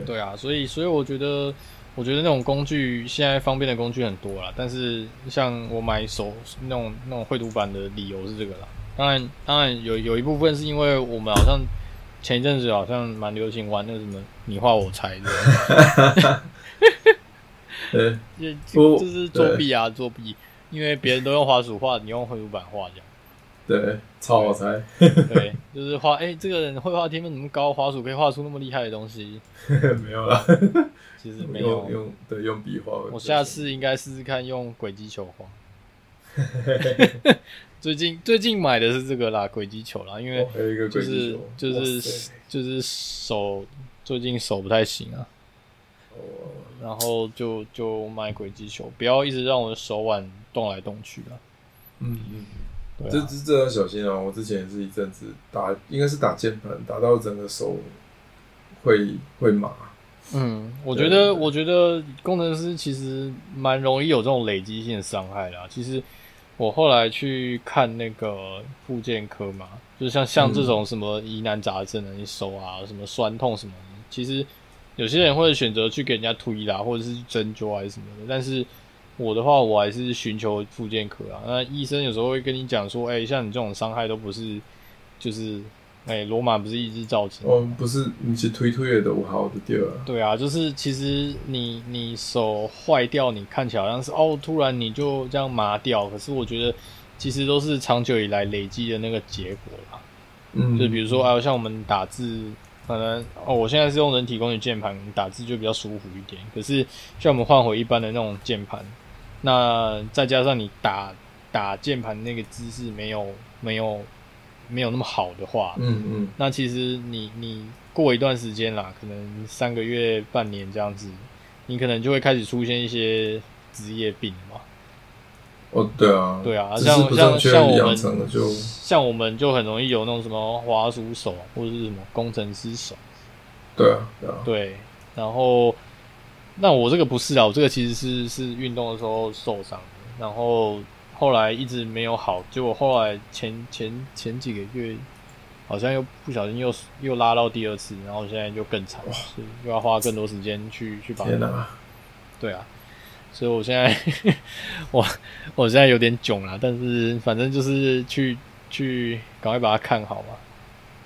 Speaker 2: 对啊，所以所以我觉得我觉得那种工具现在方便的工具很多啦，但是像我买手那种那种绘图板的理由是这个啦。当然当然有有一部分是因为我们好像前一阵子好像蛮流行玩那个什么你画我猜的。
Speaker 1: 呃，
Speaker 2: 这
Speaker 1: 不
Speaker 2: 这是作弊啊，作弊！因为别人都用滑鼠画，你用绘图板画这样。
Speaker 1: 对，超好猜。 (laughs)
Speaker 2: 对，就是画。哎、这个人绘画天分怎么高？滑鼠可以画出那么厉害的东西？
Speaker 1: 没有啦，
Speaker 2: 其实没
Speaker 1: 用
Speaker 2: 有。
Speaker 1: 用对用笔画会比较爽。
Speaker 2: 我下次应该试试看用轨迹球画。最近最近买的是这个啦，轨迹球啦，因为
Speaker 1: 哦还有一个
Speaker 2: 就
Speaker 1: 鬼
Speaker 2: 是
Speaker 1: 地球，
Speaker 2: 就
Speaker 1: 哇
Speaker 2: 是
Speaker 1: 塞
Speaker 2: 就是手最近手不太行啊，
Speaker 1: 哦
Speaker 2: 然后就就买轨迹球，不要一直让我的手腕动来动去啊。
Speaker 1: 嗯嗯，
Speaker 2: 对
Speaker 1: 这
Speaker 2: 啊，
Speaker 1: 这这要小心啊！我之前也是一阵子打，应该是打键盘，打到整个手会会麻。
Speaker 2: 嗯，我
Speaker 1: 对
Speaker 2: 觉
Speaker 1: 对
Speaker 2: 得，
Speaker 1: 对
Speaker 2: 我觉得工程师其实蛮容易有这种累积性的伤害啦。其实我后来去看那个复健科嘛，就像像这种什么疑难杂症啊，你手啊什么酸痛什么的，其实有些人会选择去给人家推啦，或者是去针灸啊还是什么的。但是我的话，我还是寻求复健科啊。那医生有时候会跟你讲说，哎、像你这种伤害都不是，就是哎，罗、马不是一日造成的
Speaker 1: 哦，不是，你是推推的，我好的掉了。
Speaker 2: 对啊，就是其实你你手坏掉，你看起来好像是哦，突然你就这样麻掉。可是我觉得其实都是长久以来累积的那个结果啦。
Speaker 1: 嗯，
Speaker 2: 就比如说，啊，像我们打字，可能哦，我现在是用人体工学键盘打字就比较舒服一点。可是像我们换回一般的那种键盘，那再加上你打打键盘那个姿势没有没有没有那么好的话，
Speaker 1: 嗯嗯
Speaker 2: 那其实你你过一段时间啦，可能三个月、半年这样子，你可能就会开始出现一些职业病嘛。
Speaker 1: 哦，对啊，
Speaker 2: 对啊，
Speaker 1: 只是
Speaker 2: 像
Speaker 1: 不
Speaker 2: 像
Speaker 1: 正确
Speaker 2: 像我
Speaker 1: 养
Speaker 2: 们
Speaker 1: 成了就
Speaker 2: 像我们就很容易有那种什么滑鼠手啊或者是什么工程师手，
Speaker 1: 对啊，对啊，
Speaker 2: 对。然后，那我这个不是啊，我这个其实是是运动的时候受伤的，然后后来一直没有好，结果后来前前前几个月好像又不小心又又拉到第二次，然后现在就更惨，所以又要花更多时间去去把它
Speaker 1: 天哪、
Speaker 2: 对啊，所以我现在我我现在有点囧啦，但是反正就是去去赶快把它看好嘛。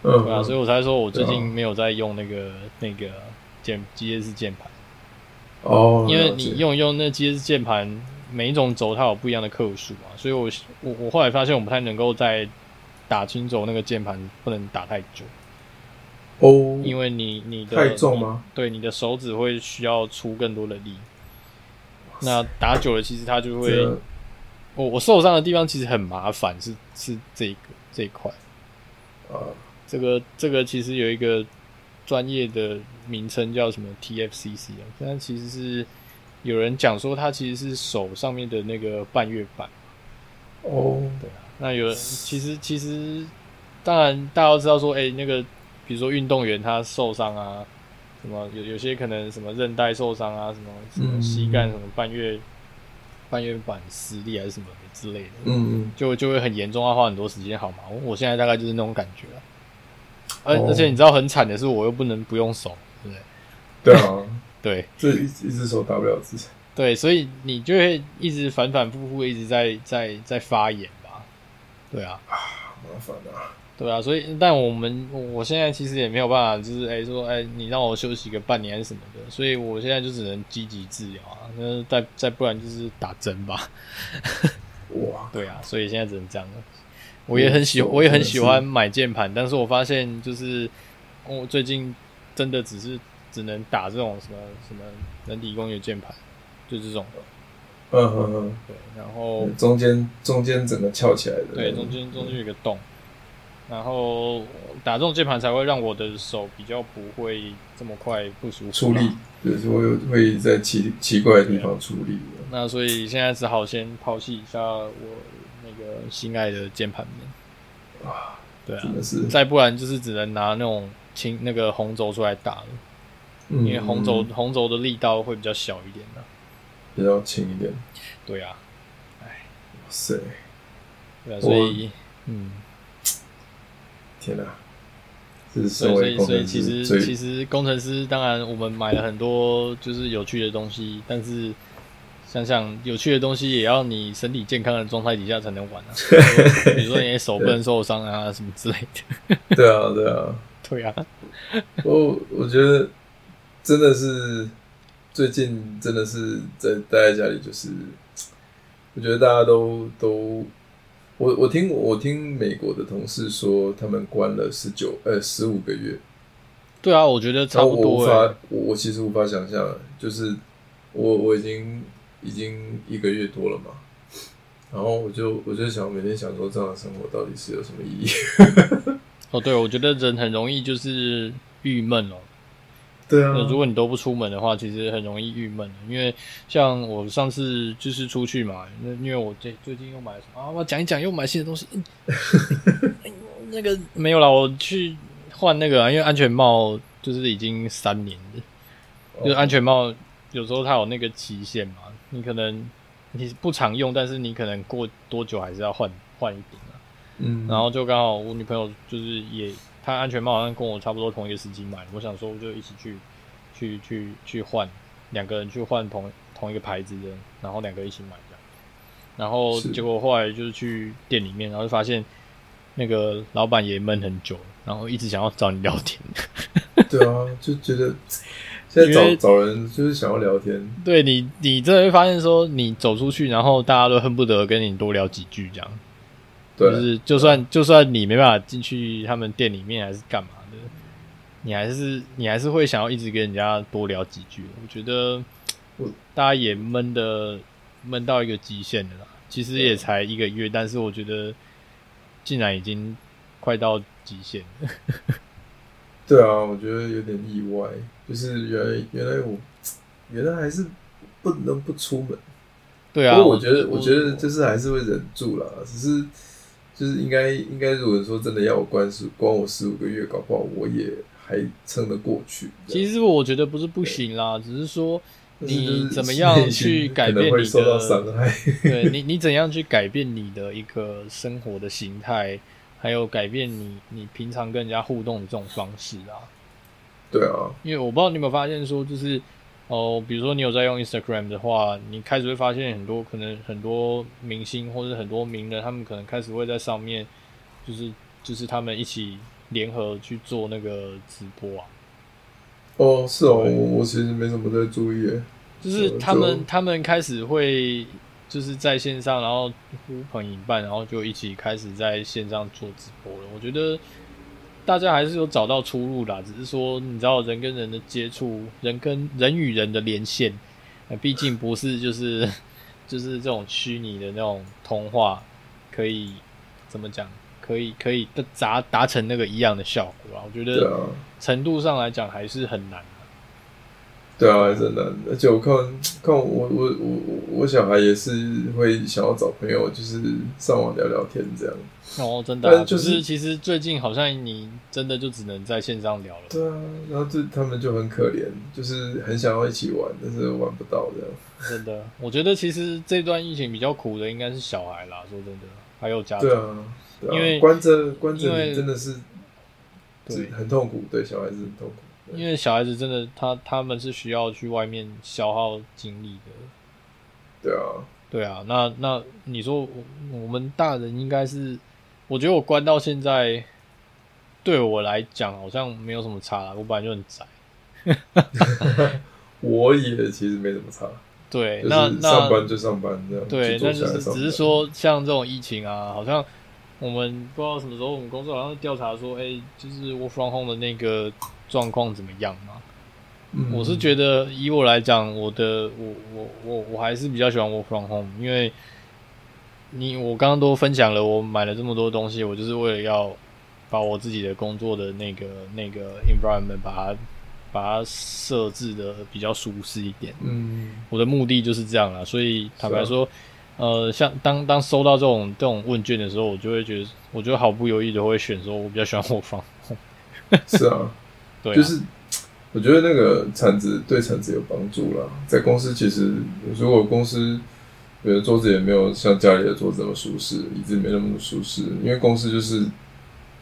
Speaker 1: 嗯，
Speaker 2: 对啊，所以
Speaker 1: 以
Speaker 2: 我才说我最近
Speaker 1: 对啊
Speaker 2: 没有在用那个那个键 G S 键盘，
Speaker 1: 哦，
Speaker 2: 因为
Speaker 1: 了解
Speaker 2: 你用用那 G S 键盘，每一种轴它有不一样的克数嘛，所以我我我后来发现我不太能够在打轻轴那个键盘不能打太久，
Speaker 1: 哦，
Speaker 2: 因为你你的
Speaker 1: 太重吗
Speaker 2: 你对，你的手指会需要出更多的力。
Speaker 1: 塞
Speaker 2: 那打久了，其实它就
Speaker 1: 这
Speaker 2: 会
Speaker 1: 个，
Speaker 2: 我我受伤的地方其实很麻烦，是是这个这一块。
Speaker 1: 啊，
Speaker 2: 这个这个其实有一个专业的名称叫什么 TFCC 啊，但其实是有人讲说它其实是手上面的那个半月板。啊
Speaker 1: 哦，
Speaker 2: 那有人其实其实当然大家都知道说，哎、那个比如说运动员他受伤啊，什么有有些可能什么韧带受伤啊，什么什么
Speaker 1: 嗯
Speaker 2: 膝盖什么半月半月板撕裂还是什么的之类的，
Speaker 1: 嗯
Speaker 2: 就就会很严重，要花很多时间，好吗？我我现在大概就是那种感觉了。而、
Speaker 1: 哦
Speaker 2: 而且你知道很惨的是，我又不能不用手，对不
Speaker 1: 嗯，
Speaker 2: 对？
Speaker 1: 对啊，
Speaker 2: 对
Speaker 1: 这一一只手打不了字，
Speaker 2: 对，所以你就会一直反反复复，一直在在在发炎吧？对啊，
Speaker 1: 好麻烦啊，
Speaker 2: 对啊，所以但我们我我现在其实也没有办法，就是哎、说哎、你让我休息个半年还是什么的，所以我现在就只能积极治疗啊，那再再不然就是打针吧。
Speaker 1: 哇，
Speaker 2: 对啊，所以现在只能这样了。我也很喜，
Speaker 1: 嗯
Speaker 2: 我也很喜欢买键盘，但是我发现就是我最近真的只是只能打这种什么什么人体工学键盘，就这种。
Speaker 1: 嗯哼
Speaker 2: 对，然后
Speaker 1: 哼，中间中间整个翘起来的，
Speaker 2: 哦对中间中间有一个洞，然后打这种键盘才会让我的手比较不会这么快不舒服。
Speaker 1: 出力，就是会会在奇奇怪的地方出力的。
Speaker 2: 那所以现在只好先抛弃一下我那个心爱的键盘面。对啊
Speaker 1: 真，的是
Speaker 2: 再不然就是只能拿那种青那个红轴出来打了。
Speaker 1: 因
Speaker 2: 因为红
Speaker 1: 嗯
Speaker 2: 轴红轴的力道会比较小一点的、啊
Speaker 1: 比较轻一点。
Speaker 2: 对啊，
Speaker 1: 哇塞，
Speaker 2: 对啊，所以嗯，
Speaker 1: 天哪、这是身
Speaker 2: 对，所
Speaker 1: 为
Speaker 2: 以
Speaker 1: 工
Speaker 2: 所以
Speaker 1: 程
Speaker 2: 其
Speaker 1: 师
Speaker 2: 实
Speaker 1: 最
Speaker 2: 其实工程师当然我们买了很多就是有趣的东西，但是想想有趣的东西也要你身体健康的状态底下才能
Speaker 1: (laughs)
Speaker 2: 玩啊，比如说比如说你的手不能受伤啊什么之类的，
Speaker 1: 对啊对啊，
Speaker 2: 对啊，
Speaker 1: 我我觉得真的是最近真的是在待在家里，就是我觉得大家都都，我我听我听美国的同事说，他们关了十九呃十五个月，
Speaker 2: 对啊，我觉得差
Speaker 1: 然后
Speaker 2: 不
Speaker 1: 我无
Speaker 2: 多、
Speaker 1: 法
Speaker 2: 欸，
Speaker 1: 我我其实无法想象，欸就是我我已经已经一个月多了嘛。然后我就我就想每天享受这样的生活到底是有什么意义？ (laughs)
Speaker 2: 哦，对，我觉得人很容易就是郁闷哦。
Speaker 1: 对啊
Speaker 2: 那如果你都不出门的话，其实很容易郁闷的。因为像我上次就是出去嘛，那因为我最最近又买了什么啊，我讲一讲又买新的
Speaker 1: (laughs)
Speaker 2: 东西。嗯哎那个没有啦，我去换那个、啊，因为安全帽就是已经三年了，就是安全帽有时候它有那个期限嘛，你可能你不常用，但是你可能过多久还是要换换一顶啊。
Speaker 1: 嗯，
Speaker 2: 然后就刚好我女朋友就是也，她安全帽好像跟我差不多同一个时期买，我想说我就一起去去去去换，两个人去换同同一个牌子的，然后两个一起买这样。然后
Speaker 1: 是
Speaker 2: 结果后来就是去店里面，然后就发现那个老板也闷很久，然后一直想要找你聊天。 (laughs)
Speaker 1: 对啊，就觉得现在
Speaker 2: 因
Speaker 1: 找
Speaker 2: 为
Speaker 1: 找人就是想要聊天，
Speaker 2: 对你，你真的会发现说，你走出去，然后大家都恨不得跟你多聊几句这样。
Speaker 1: 对，
Speaker 2: 就是就算就算你没办法进去他们店里面还是干嘛的，你还是你还是会想要一直跟人家多聊几句。我觉得
Speaker 1: 我
Speaker 2: 大家也闷的闷到一个极限了啦。其实也才一个月，但是我觉得竟然已经快到极限了。
Speaker 1: 对啊，我觉得有点意外，就是原来原来我原来还是不能不出门，
Speaker 2: 对啊，
Speaker 1: 不过我觉得我觉得
Speaker 2: 这
Speaker 1: 就是还是会忍住啦，只是就是应该应该如果说真的要我关十关我十五个月，搞不好我也还撑得过去。
Speaker 2: 其实我觉得不是不行啦，只是说
Speaker 1: 但是
Speaker 2: 你
Speaker 1: 就是
Speaker 2: 怎么样
Speaker 1: 内心
Speaker 2: 去改
Speaker 1: 可
Speaker 2: 变
Speaker 1: 能会
Speaker 2: 你
Speaker 1: 受到
Speaker 2: 的
Speaker 1: 伤害。
Speaker 2: (laughs) 对你，你怎样去改变你的一个生活的形态，还有改变你你平常跟人家互动的这种方式啊？
Speaker 1: 对啊，
Speaker 2: 因为我不知道你有没有发现说，就是哦，比如说你有在用 Instagram 的话，你开始会发现很多可能很多明星或者很多名人，他们可能开始会在上面，就是就是他们一起联合去做那个直播啊，
Speaker 1: 哦是哦，我我其实没什么在注意耶。
Speaker 2: 就是
Speaker 1: 呃
Speaker 2: 他
Speaker 1: 就
Speaker 2: 们他们开始会就是在线上，然后
Speaker 1: 嗯
Speaker 2: 呼朋引伴，然后就一起开始在线上做直播了。我觉得大家还是有找到出路啦，只是说你知道人跟人的接触，人跟人与人的连线，呃毕竟不是就是 (laughs) 就是这种虚拟的那种通话，可以怎么讲？可以可以达达成那个一样的效果啊！我觉
Speaker 1: 对
Speaker 2: 得
Speaker 1: 啊，
Speaker 2: 程度上来讲还是很难啊、
Speaker 1: 对啊，真的，而且我看看我我我我我小孩也是会想要找朋友，就是上网聊聊天这样。
Speaker 2: 哦，真的、啊，
Speaker 1: 但就
Speaker 2: 就是是其实最近好像你真的就只能在线上聊了。
Speaker 1: 对啊，然后就他们就很可怜，就是很想要一起玩，但是玩不到这样。
Speaker 2: 真的，我觉得其实这段疫情比较苦的应该是小孩啦，说真的，还有家长。
Speaker 1: 对啊，对啊
Speaker 2: 因为
Speaker 1: 关着关
Speaker 2: 因
Speaker 1: 着
Speaker 2: 为
Speaker 1: 你真的是，
Speaker 2: 对
Speaker 1: 很痛苦，对小孩子很痛苦。对
Speaker 2: 因为小孩子真的，他他们是需要去外面消耗精力的。
Speaker 1: 对啊，
Speaker 2: 对啊，那那你说我我们大人应该是，我觉得我关到现在，对我来讲好像没有什么差啦，我本来就很宅。
Speaker 1: 我也其实没怎么差，
Speaker 2: 对，
Speaker 1: 就是
Speaker 2: 那那
Speaker 1: 上班就上班这样。
Speaker 2: 对，
Speaker 1: 就坐
Speaker 2: 那就
Speaker 1: 下来
Speaker 2: 是
Speaker 1: 上班
Speaker 2: 只是说像这种疫情啊，好像我们不知道什么时候我们公司好像调查说，哎、就是 work from home 的那个状况怎么样嘛？
Speaker 1: 嗯
Speaker 2: 我是觉得以我来讲，我的我我我我还是比较喜欢 work from home，因为你我刚刚都分享了，我买了这么多东西，我就是为了要把我自己的工作的那个那个 environment 把它把它设置的比较舒适一点。
Speaker 1: 嗯，
Speaker 2: 我的目的就是这样啦，所以坦
Speaker 1: 啊
Speaker 2: 白说，呃，像当当收到这种这种问卷的时候，我就会觉得，我就毫不犹豫的会选说，我比较喜欢我方。
Speaker 1: 是啊，
Speaker 2: (laughs) 对啊、
Speaker 1: 就是我觉得那个产值对产值有帮助啦。在公司其实，如果公司有的桌子也没有像家里的桌子那么舒适，椅子没那么舒适，因为公司就是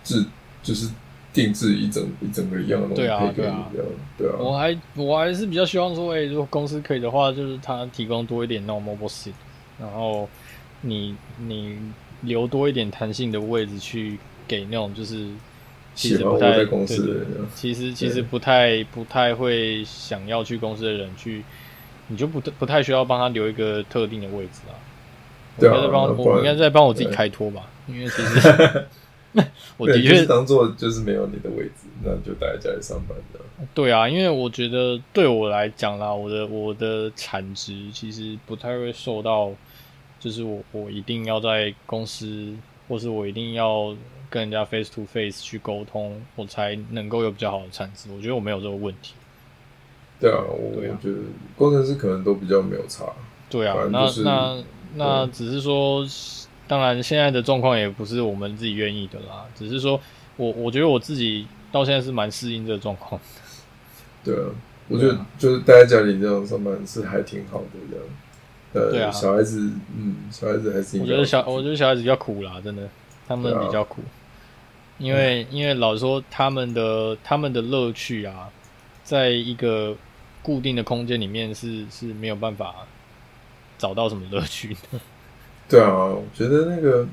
Speaker 1: 制就是定制一整一整个一样的东西
Speaker 2: 对啊
Speaker 1: 配给
Speaker 2: 对
Speaker 1: 你
Speaker 2: 啊
Speaker 1: 这样，对啊，
Speaker 2: 我还我还是比较希望说，哎、如果公司可以的话，就是它提供多一点那种 mobile seat，然后你你留多一点弹性的位置去给那种就是其
Speaker 1: 喜
Speaker 2: 实
Speaker 1: 欢
Speaker 2: 不
Speaker 1: 窝
Speaker 2: 太
Speaker 1: 啊在公司的
Speaker 2: 对对
Speaker 1: 人啊，
Speaker 2: 其实其实
Speaker 1: 对
Speaker 2: 不太不太会想要去公司的人去，你就不不太需要帮他留一个特定的位置啊。我
Speaker 1: 对
Speaker 2: 应
Speaker 1: 啊
Speaker 2: 该在帮
Speaker 1: 不然
Speaker 2: 我应该在帮我自己
Speaker 1: 对
Speaker 2: 开脱吧，因为
Speaker 1: (laughs)
Speaker 2: 其实我的
Speaker 1: 对
Speaker 2: 确
Speaker 1: 就是当做就是没有你的位置，那你就待在家里上班这样。
Speaker 2: 对啊，因为我觉得对我来讲啦，我的我的产值其实不太会受到，就是我我一定要在公司，或是我一定要跟人家 face to face 去沟通，我才能够有比较好的产值。我觉得我没有这个问题。
Speaker 1: 对啊，我
Speaker 2: 对啊
Speaker 1: 我觉得工程师可能都比较没有差，
Speaker 2: 对啊，
Speaker 1: 反正
Speaker 2: 那
Speaker 1: 就是
Speaker 2: 那那只是说，当然现在的状况也不是我们自己愿意的啦，只是说我我觉得我自己到现在是蛮适应这个状况。
Speaker 1: 对啊，我觉
Speaker 2: 对啊
Speaker 1: 得就是待在家里这样上班是还挺好的这样。呃，
Speaker 2: 对啊
Speaker 1: 小孩子，嗯，小孩子还是应
Speaker 2: 我
Speaker 1: 该
Speaker 2: 觉得小，我觉得小孩子比较苦啦，真的，他们
Speaker 1: 对啊
Speaker 2: 比较苦，因为因为老实说他们的他们的乐趣啊，在一个固定的空间里面是是没有办法找到什么乐趣的。
Speaker 1: 对啊，我觉得那个，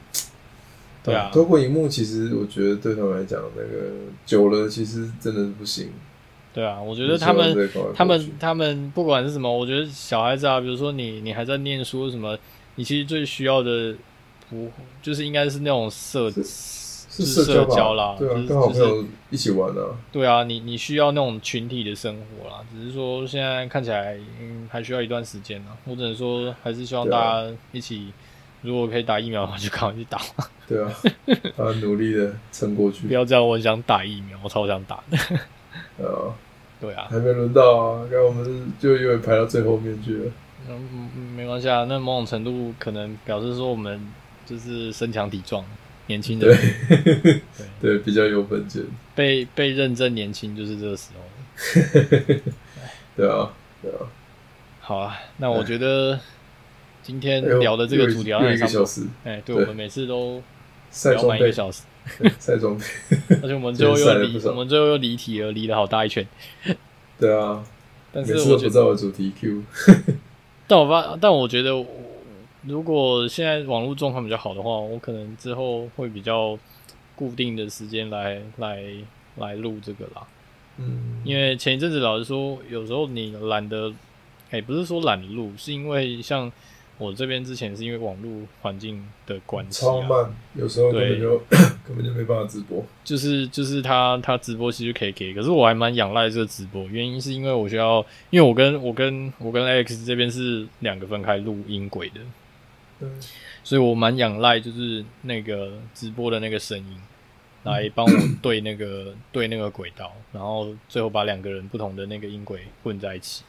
Speaker 2: 对啊
Speaker 1: 透过荧幕，其实我觉得对他们来讲，那个久了其实真的不行。
Speaker 2: 对啊，我觉
Speaker 1: 我
Speaker 2: 得他们
Speaker 1: 呃
Speaker 2: 他们他们不管是什么，我觉得小孩子啊，比如说你你还在念书什么，你其实最需要的不就是应该是那种社
Speaker 1: 是
Speaker 2: 是
Speaker 1: 是社
Speaker 2: 社交啦
Speaker 1: 吧，，对啊
Speaker 2: 就是，
Speaker 1: 跟好
Speaker 2: 就
Speaker 1: 朋
Speaker 2: 是
Speaker 1: 友一起玩啊，
Speaker 2: 对啊，你你需要那种群体的生活啦，只是说现在看起来，嗯，还需要一段时间呢。我只能说，还是希望
Speaker 1: 对
Speaker 2: 大
Speaker 1: 啊
Speaker 2: 家一起，如果可以打疫苗的话，就赶快去打。
Speaker 1: 对
Speaker 2: (laughs)
Speaker 1: 啊，他努力的撑过去
Speaker 2: 不，要这样，我很想打疫苗，我超想打的。 (laughs)
Speaker 1: 啊，
Speaker 2: 对啊，
Speaker 1: 还没轮到啊，刚我们是就有点排到最后面去了，
Speaker 2: 嗯，嗯没关系啊。那某种程度可能表示说我们就是身强体壮，年轻人
Speaker 1: 对，对，比较有本钱，
Speaker 2: 被被认证年轻就是这个时候。
Speaker 1: 对啊，对啊，
Speaker 2: 好啊，那我觉得今天
Speaker 1: 哎呦
Speaker 2: 聊的这个
Speaker 1: 又一
Speaker 2: 主题好像
Speaker 1: 又
Speaker 2: 也
Speaker 1: 一
Speaker 2: 差
Speaker 1: 个
Speaker 2: 不
Speaker 1: 小
Speaker 2: 多，
Speaker 1: 时，
Speaker 2: 哎，对
Speaker 1: 对
Speaker 2: 我们每次都
Speaker 1: 赛
Speaker 2: 聊
Speaker 1: 装
Speaker 2: 满一个
Speaker 1: 备，
Speaker 2: 小时。
Speaker 1: 对 (laughs) 赛装备，
Speaker 2: 而且我们最后又
Speaker 1: 真的晒了不
Speaker 2: 离，
Speaker 1: 少
Speaker 2: 我们最后又离题了，离了好大一圈。
Speaker 1: 对啊，
Speaker 2: 但
Speaker 1: 每
Speaker 2: 是
Speaker 1: 次
Speaker 2: 我
Speaker 1: 都
Speaker 2: 觉
Speaker 1: 不
Speaker 2: 得，
Speaker 1: 照我主题 Q，
Speaker 2: 但我发，但我觉得我，如果现在网络状况比较好的话，我可能之后会比较固定的时间来来来录这个啦。
Speaker 1: 嗯，
Speaker 2: 因为前一阵子老实说，有时候你懒得，哎、不是说懒得录，是因为像我这边之前是因为网络环境的关系、
Speaker 1: 超
Speaker 2: 啊，
Speaker 1: 慢，有时候根
Speaker 2: 对
Speaker 1: 本就 (coughs) 根本就没办法直播。
Speaker 2: 就是就是他他直播其实可以给，可是我还蛮仰赖这个直播，原因是因为我需要，因为我跟我跟我跟 Alex 这边是两个分开录音轨的，
Speaker 1: 对，
Speaker 2: 所以我蛮仰赖就是那个直播的那个声音，
Speaker 1: 嗯
Speaker 2: 来帮我对那个 (coughs) 对那个轨道，然后最后把两个人不同的那个音轨混在一起。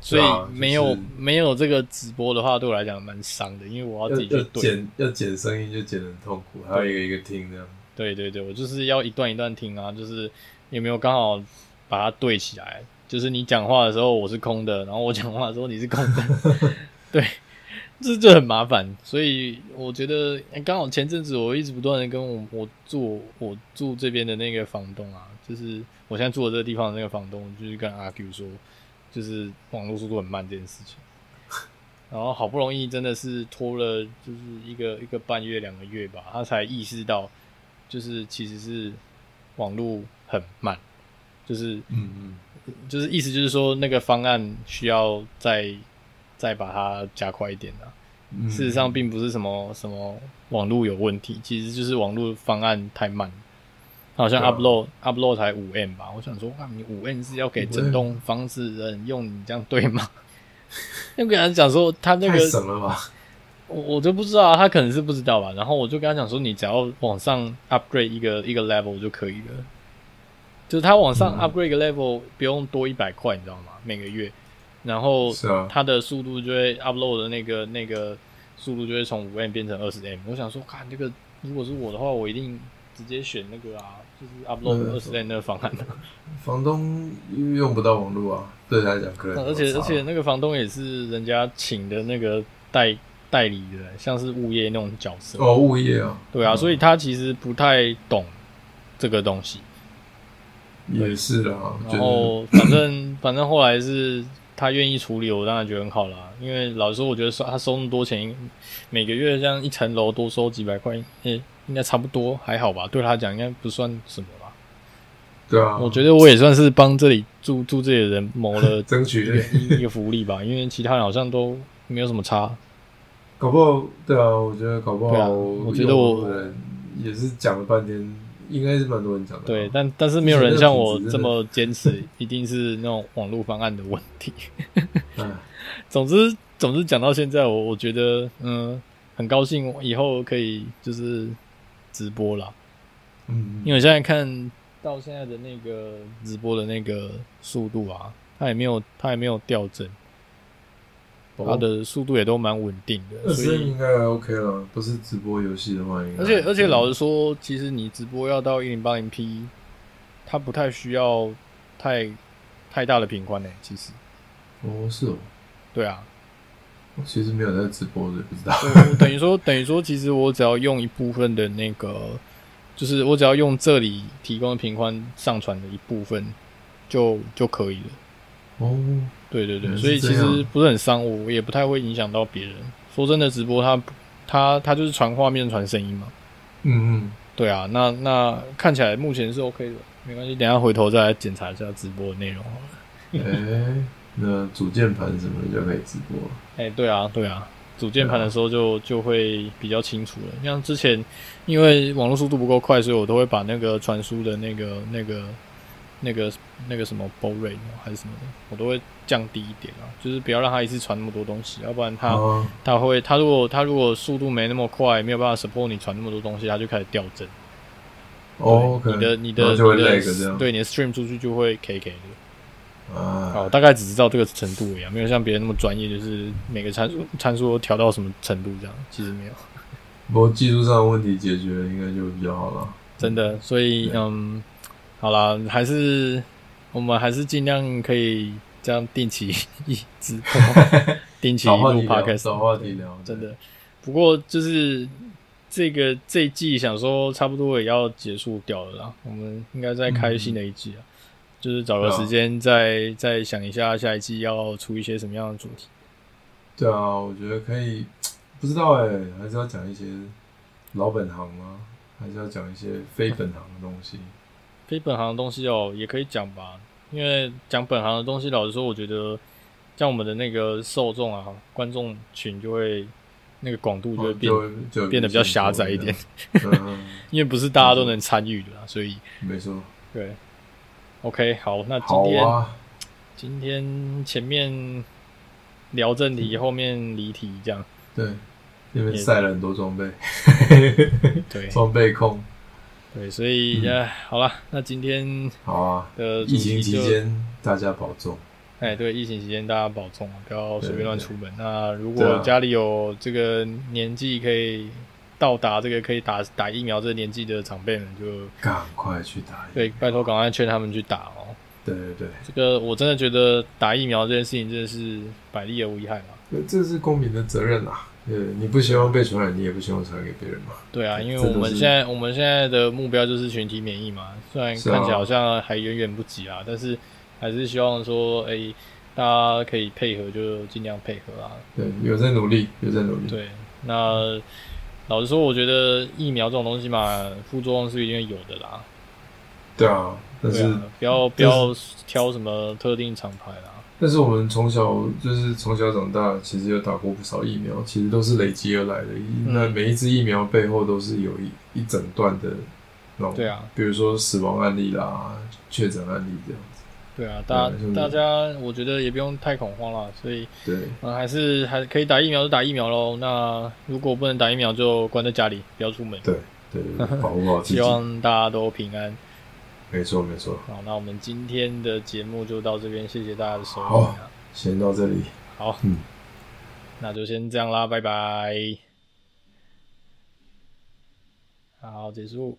Speaker 2: 所以
Speaker 1: 对啊就是
Speaker 2: 没有、没有这个直播的话，对我来讲蛮伤的，因为我要
Speaker 1: 要
Speaker 2: 自己去
Speaker 1: 要
Speaker 2: 对。
Speaker 1: 剪要剪声音就剪得很痛苦，还要一个一个听这样。
Speaker 2: 对对对，我就是要一段一段听啊，就是有没有刚好把它对起来？就是你讲话的时候我是空的，然后我讲话的时候你是空的， (laughs) 对，这就很麻烦。所以我觉得哎刚好前阵子我一直不断的跟我我住我住这边的那个房东啊，就是我现在住的这个地方的那个房东，就是跟阿 Q 说，就是网络速度很慢这件事情。然后好不容易真的是拖了，就是一个一个半月两个月吧，他才意识到，就是其实是网络很慢，就是
Speaker 1: 嗯嗯，
Speaker 2: 就是意思就是说那个方案需要再再把它加快一点啊。
Speaker 1: 嗯
Speaker 2: 事实上，并不是什么什么网络有问题，其实就是网络方案太慢。它好像
Speaker 1: 对啊
Speaker 2: upload、upload 才五 M 吧，我想说，哇，你五 M 是要给整栋房子的人用，你这样对吗？ (laughs) 又跟他讲说，他那
Speaker 1: 太
Speaker 2: 个
Speaker 1: 省了吧？
Speaker 2: 我我就不知道啊，他可能是不知道吧。然后我就跟他讲说，你只要往上 upgrade 一个一个 level 就可以了。就是他往上
Speaker 1: 嗯
Speaker 2: upgrade 一个 level 不用多一百块，你知道吗？每个月，然后
Speaker 1: 是啊
Speaker 2: 它的速度就会 upload 的那个那个速度就会从五 M 变成二十 M。我想说，看这个，如果是我的话，我一定直接选那个啊，就是
Speaker 1: 嗯
Speaker 2: upload 二十 N 那个方案啊、
Speaker 1: 房东用不到网络啊，对他来讲
Speaker 2: (laughs)
Speaker 1: 可能
Speaker 2: 而且
Speaker 1: 有差啊
Speaker 2: 而且那个房东也是人家请的那个代代理的，像是物业那种角色。
Speaker 1: 哦物业啊，
Speaker 2: 对啊，
Speaker 1: 嗯
Speaker 2: 所以他其实不太懂这个东西。
Speaker 1: 也是啦，我觉得
Speaker 2: 然后反正 (clears throat) 反正后来是他愿意处理，我当然觉得很好啦。因为老实说，我觉得收他收那么多钱，每个月这样一层楼多收几百块，也、应该差不多，还好吧？对他讲应该不算什么吧。
Speaker 1: 对啊，
Speaker 2: 我觉得我也算是帮这里住住这里的人谋了 (laughs)
Speaker 1: 争取
Speaker 2: 一个一个福利吧，因为其他人好像都没有什么差。
Speaker 1: 搞不好对啊，我觉得搞不
Speaker 2: 对啊
Speaker 1: 好，
Speaker 2: 我觉得我
Speaker 1: 人也是讲了半天，应该是蛮多人讲的啊，
Speaker 2: 对，但但是没有人像我这么坚持，一定是那种网络方案的问
Speaker 1: (laughs)
Speaker 2: 题。
Speaker 1: 哎
Speaker 2: 总之，总之讲到现在，我我觉得，嗯，很高兴以后可以就是直播啦，
Speaker 1: 嗯，
Speaker 2: 因为我现在看到现在的那个直播的那个速度啊，它也没有它也没有掉帧，它的速度也都蛮稳定的，
Speaker 1: 哦二
Speaker 2: 所
Speaker 1: 十
Speaker 2: 以
Speaker 1: 应该还 OK 了，不是直播游戏的话应该，嗯
Speaker 2: 而且而且老实说，其实你直播要到一零八零 P，它不太需要太太大的频宽呢、其实
Speaker 1: 哦是哦，
Speaker 2: 对啊，
Speaker 1: 我其实没有在直播的，不知道， (laughs)
Speaker 2: 我等于说，等 (laughs) 于说，其实我只要用一部分的那个，就是我只要用这里提供的频宽上传的一部分就就可以了。
Speaker 1: 哦，
Speaker 2: 对对对，
Speaker 1: 嗯
Speaker 2: 所以
Speaker 1: 是这
Speaker 2: 其
Speaker 1: 样
Speaker 2: 实不是很伤我，我也不太会影响到别人。说真的，直播它它它就是传画面、传声音嘛。
Speaker 1: 嗯
Speaker 2: (laughs)
Speaker 1: 嗯，
Speaker 2: 对啊，那那看起来目前是 OK 的，没关系，等一下回头再来检查一下直播的内容好了。
Speaker 1: 哎，那主键盘什么的就可以直播了，
Speaker 2: 哎、对啊，对啊，组键盘的时候
Speaker 1: 啊
Speaker 2: 就就会比较清楚了。像之前因为网络速度不够快，所以我都会把那个传输的那个、那个、那个、那个什么 b o rate 哦还是什么的，我都会降低一点啊，就是不要让它一次传那么多东西，要不然它、
Speaker 1: 啊，
Speaker 2: 它会它如果它如果速度没那么快，没有办法 support 你传那么多东西，它就开始掉帧。
Speaker 1: 哦，
Speaker 2: 对
Speaker 1: OK，
Speaker 2: 你的你
Speaker 1: 然后
Speaker 2: 的
Speaker 1: 就会
Speaker 2: 你
Speaker 1: lag
Speaker 2: 的
Speaker 1: 这样，
Speaker 2: 对你的 stream 出去就会 K K 的。
Speaker 1: 啊，
Speaker 2: 哦，大概只知道这个程度而已、啊，没有像别人那么专业，就是每个参数参数都调到什么程度这样，其实没有，
Speaker 1: 不过技术上的问题解决了，应该就比较好了。
Speaker 2: 真的。所以
Speaker 1: 对
Speaker 2: 嗯，好啦，还是我们还是尽量可以这样定期一直播，
Speaker 1: (laughs)
Speaker 2: 定期
Speaker 1: 找话
Speaker 2: 录
Speaker 1: 题聊，
Speaker 2: podcast，
Speaker 1: 找话题聊，
Speaker 2: 真的。不过就是这个这一季想说差不多也要结束掉了啦，我们应该再开新的一季啊，就是找
Speaker 1: 嗯
Speaker 2: 个
Speaker 1: 对啊
Speaker 2: 时间再再想一下下一季要出一些什么样的主题。
Speaker 1: 对啊，我觉得可以，不知道哎、还是要讲一些老本行啊，还是要讲一些非本行的东西。
Speaker 2: 非本行的东西哦，也可以讲吧，因为讲本行的东西，老实说，我觉得像我们的那个受众啊，观众群就会那个广度就会变，
Speaker 1: 就会就
Speaker 2: 变得比较狭窄一点。
Speaker 1: 嗯，嗯 (laughs)
Speaker 2: 因为不是大家都能参与的啦，啊所以
Speaker 1: 没错。
Speaker 2: 对。OK，好，那今
Speaker 1: 好
Speaker 2: 天、
Speaker 1: 啊，
Speaker 2: 今天前面聊正
Speaker 1: 嗯
Speaker 2: 题，后面离题，这样
Speaker 1: 对，因为晒了很多装备，
Speaker 2: 对
Speaker 1: 装备控。
Speaker 2: 对，所以、呃，好了，那今天
Speaker 1: 好啊，
Speaker 2: 的主
Speaker 1: 疫情
Speaker 2: 题
Speaker 1: 期
Speaker 2: 就
Speaker 1: 间大家保重。
Speaker 2: 哎，对，疫情期间大家保重啊，不要随便乱出门。那如
Speaker 1: 对
Speaker 2: 果
Speaker 1: 啊
Speaker 2: 家里有这个年纪可以到达这个可以打打疫苗这个年纪的长辈们就，
Speaker 1: 赶快去打疫
Speaker 2: 对，拜托赶快劝他们去打哦。
Speaker 1: 对对对
Speaker 2: 这个我真的觉得打疫苗这件事情真的是百利而无一害嘛。
Speaker 1: 对，这是公民的责任啊。对，你不希望被传染，你也不希望传染给别人嘛。
Speaker 2: 对啊，因为
Speaker 1: 这都
Speaker 2: 我
Speaker 1: 是
Speaker 2: 们现在我们现在的目标就是群体免疫嘛，虽然
Speaker 1: 是啊
Speaker 2: 看起来好像还远远不及啦，但是还是希望说，哎、大家可以配合就尽量配合啊，
Speaker 1: 对，有在努力，有在努力。
Speaker 2: 对，那老实说，我觉得疫苗这种东西嘛，副作用是一定会有的啦。
Speaker 1: 对啊，但
Speaker 2: 对
Speaker 1: 是
Speaker 2: 啊，不要不要挑什么特定厂牌啦。
Speaker 1: 但是我们从小就是从小长大，其实有打过不少疫苗，其实都是累积而来的。那
Speaker 2: 嗯
Speaker 1: 每一支疫苗背后都是有一一整段的那种，
Speaker 2: 对啊，
Speaker 1: 比如说死亡案例啦、确诊案例这样子。
Speaker 2: 对啊，大
Speaker 1: 对就是
Speaker 2: 大家我觉得也不用太恐慌啦，所以
Speaker 1: 对，
Speaker 2: 呃还是还可以打疫苗就打疫苗喽。那如果不能打疫苗，就关在家里，不要出门。
Speaker 1: 对对
Speaker 2: (laughs)
Speaker 1: 对对，保护好自己
Speaker 2: 希。望大家都平安。
Speaker 1: 没错没错，
Speaker 2: 好，那我们今天的节目就到这边，谢谢大家的收听
Speaker 1: 好
Speaker 2: 啊、
Speaker 1: 先到这里，
Speaker 2: 好，
Speaker 1: 嗯
Speaker 2: 那就先这样啦，拜拜。好，结束。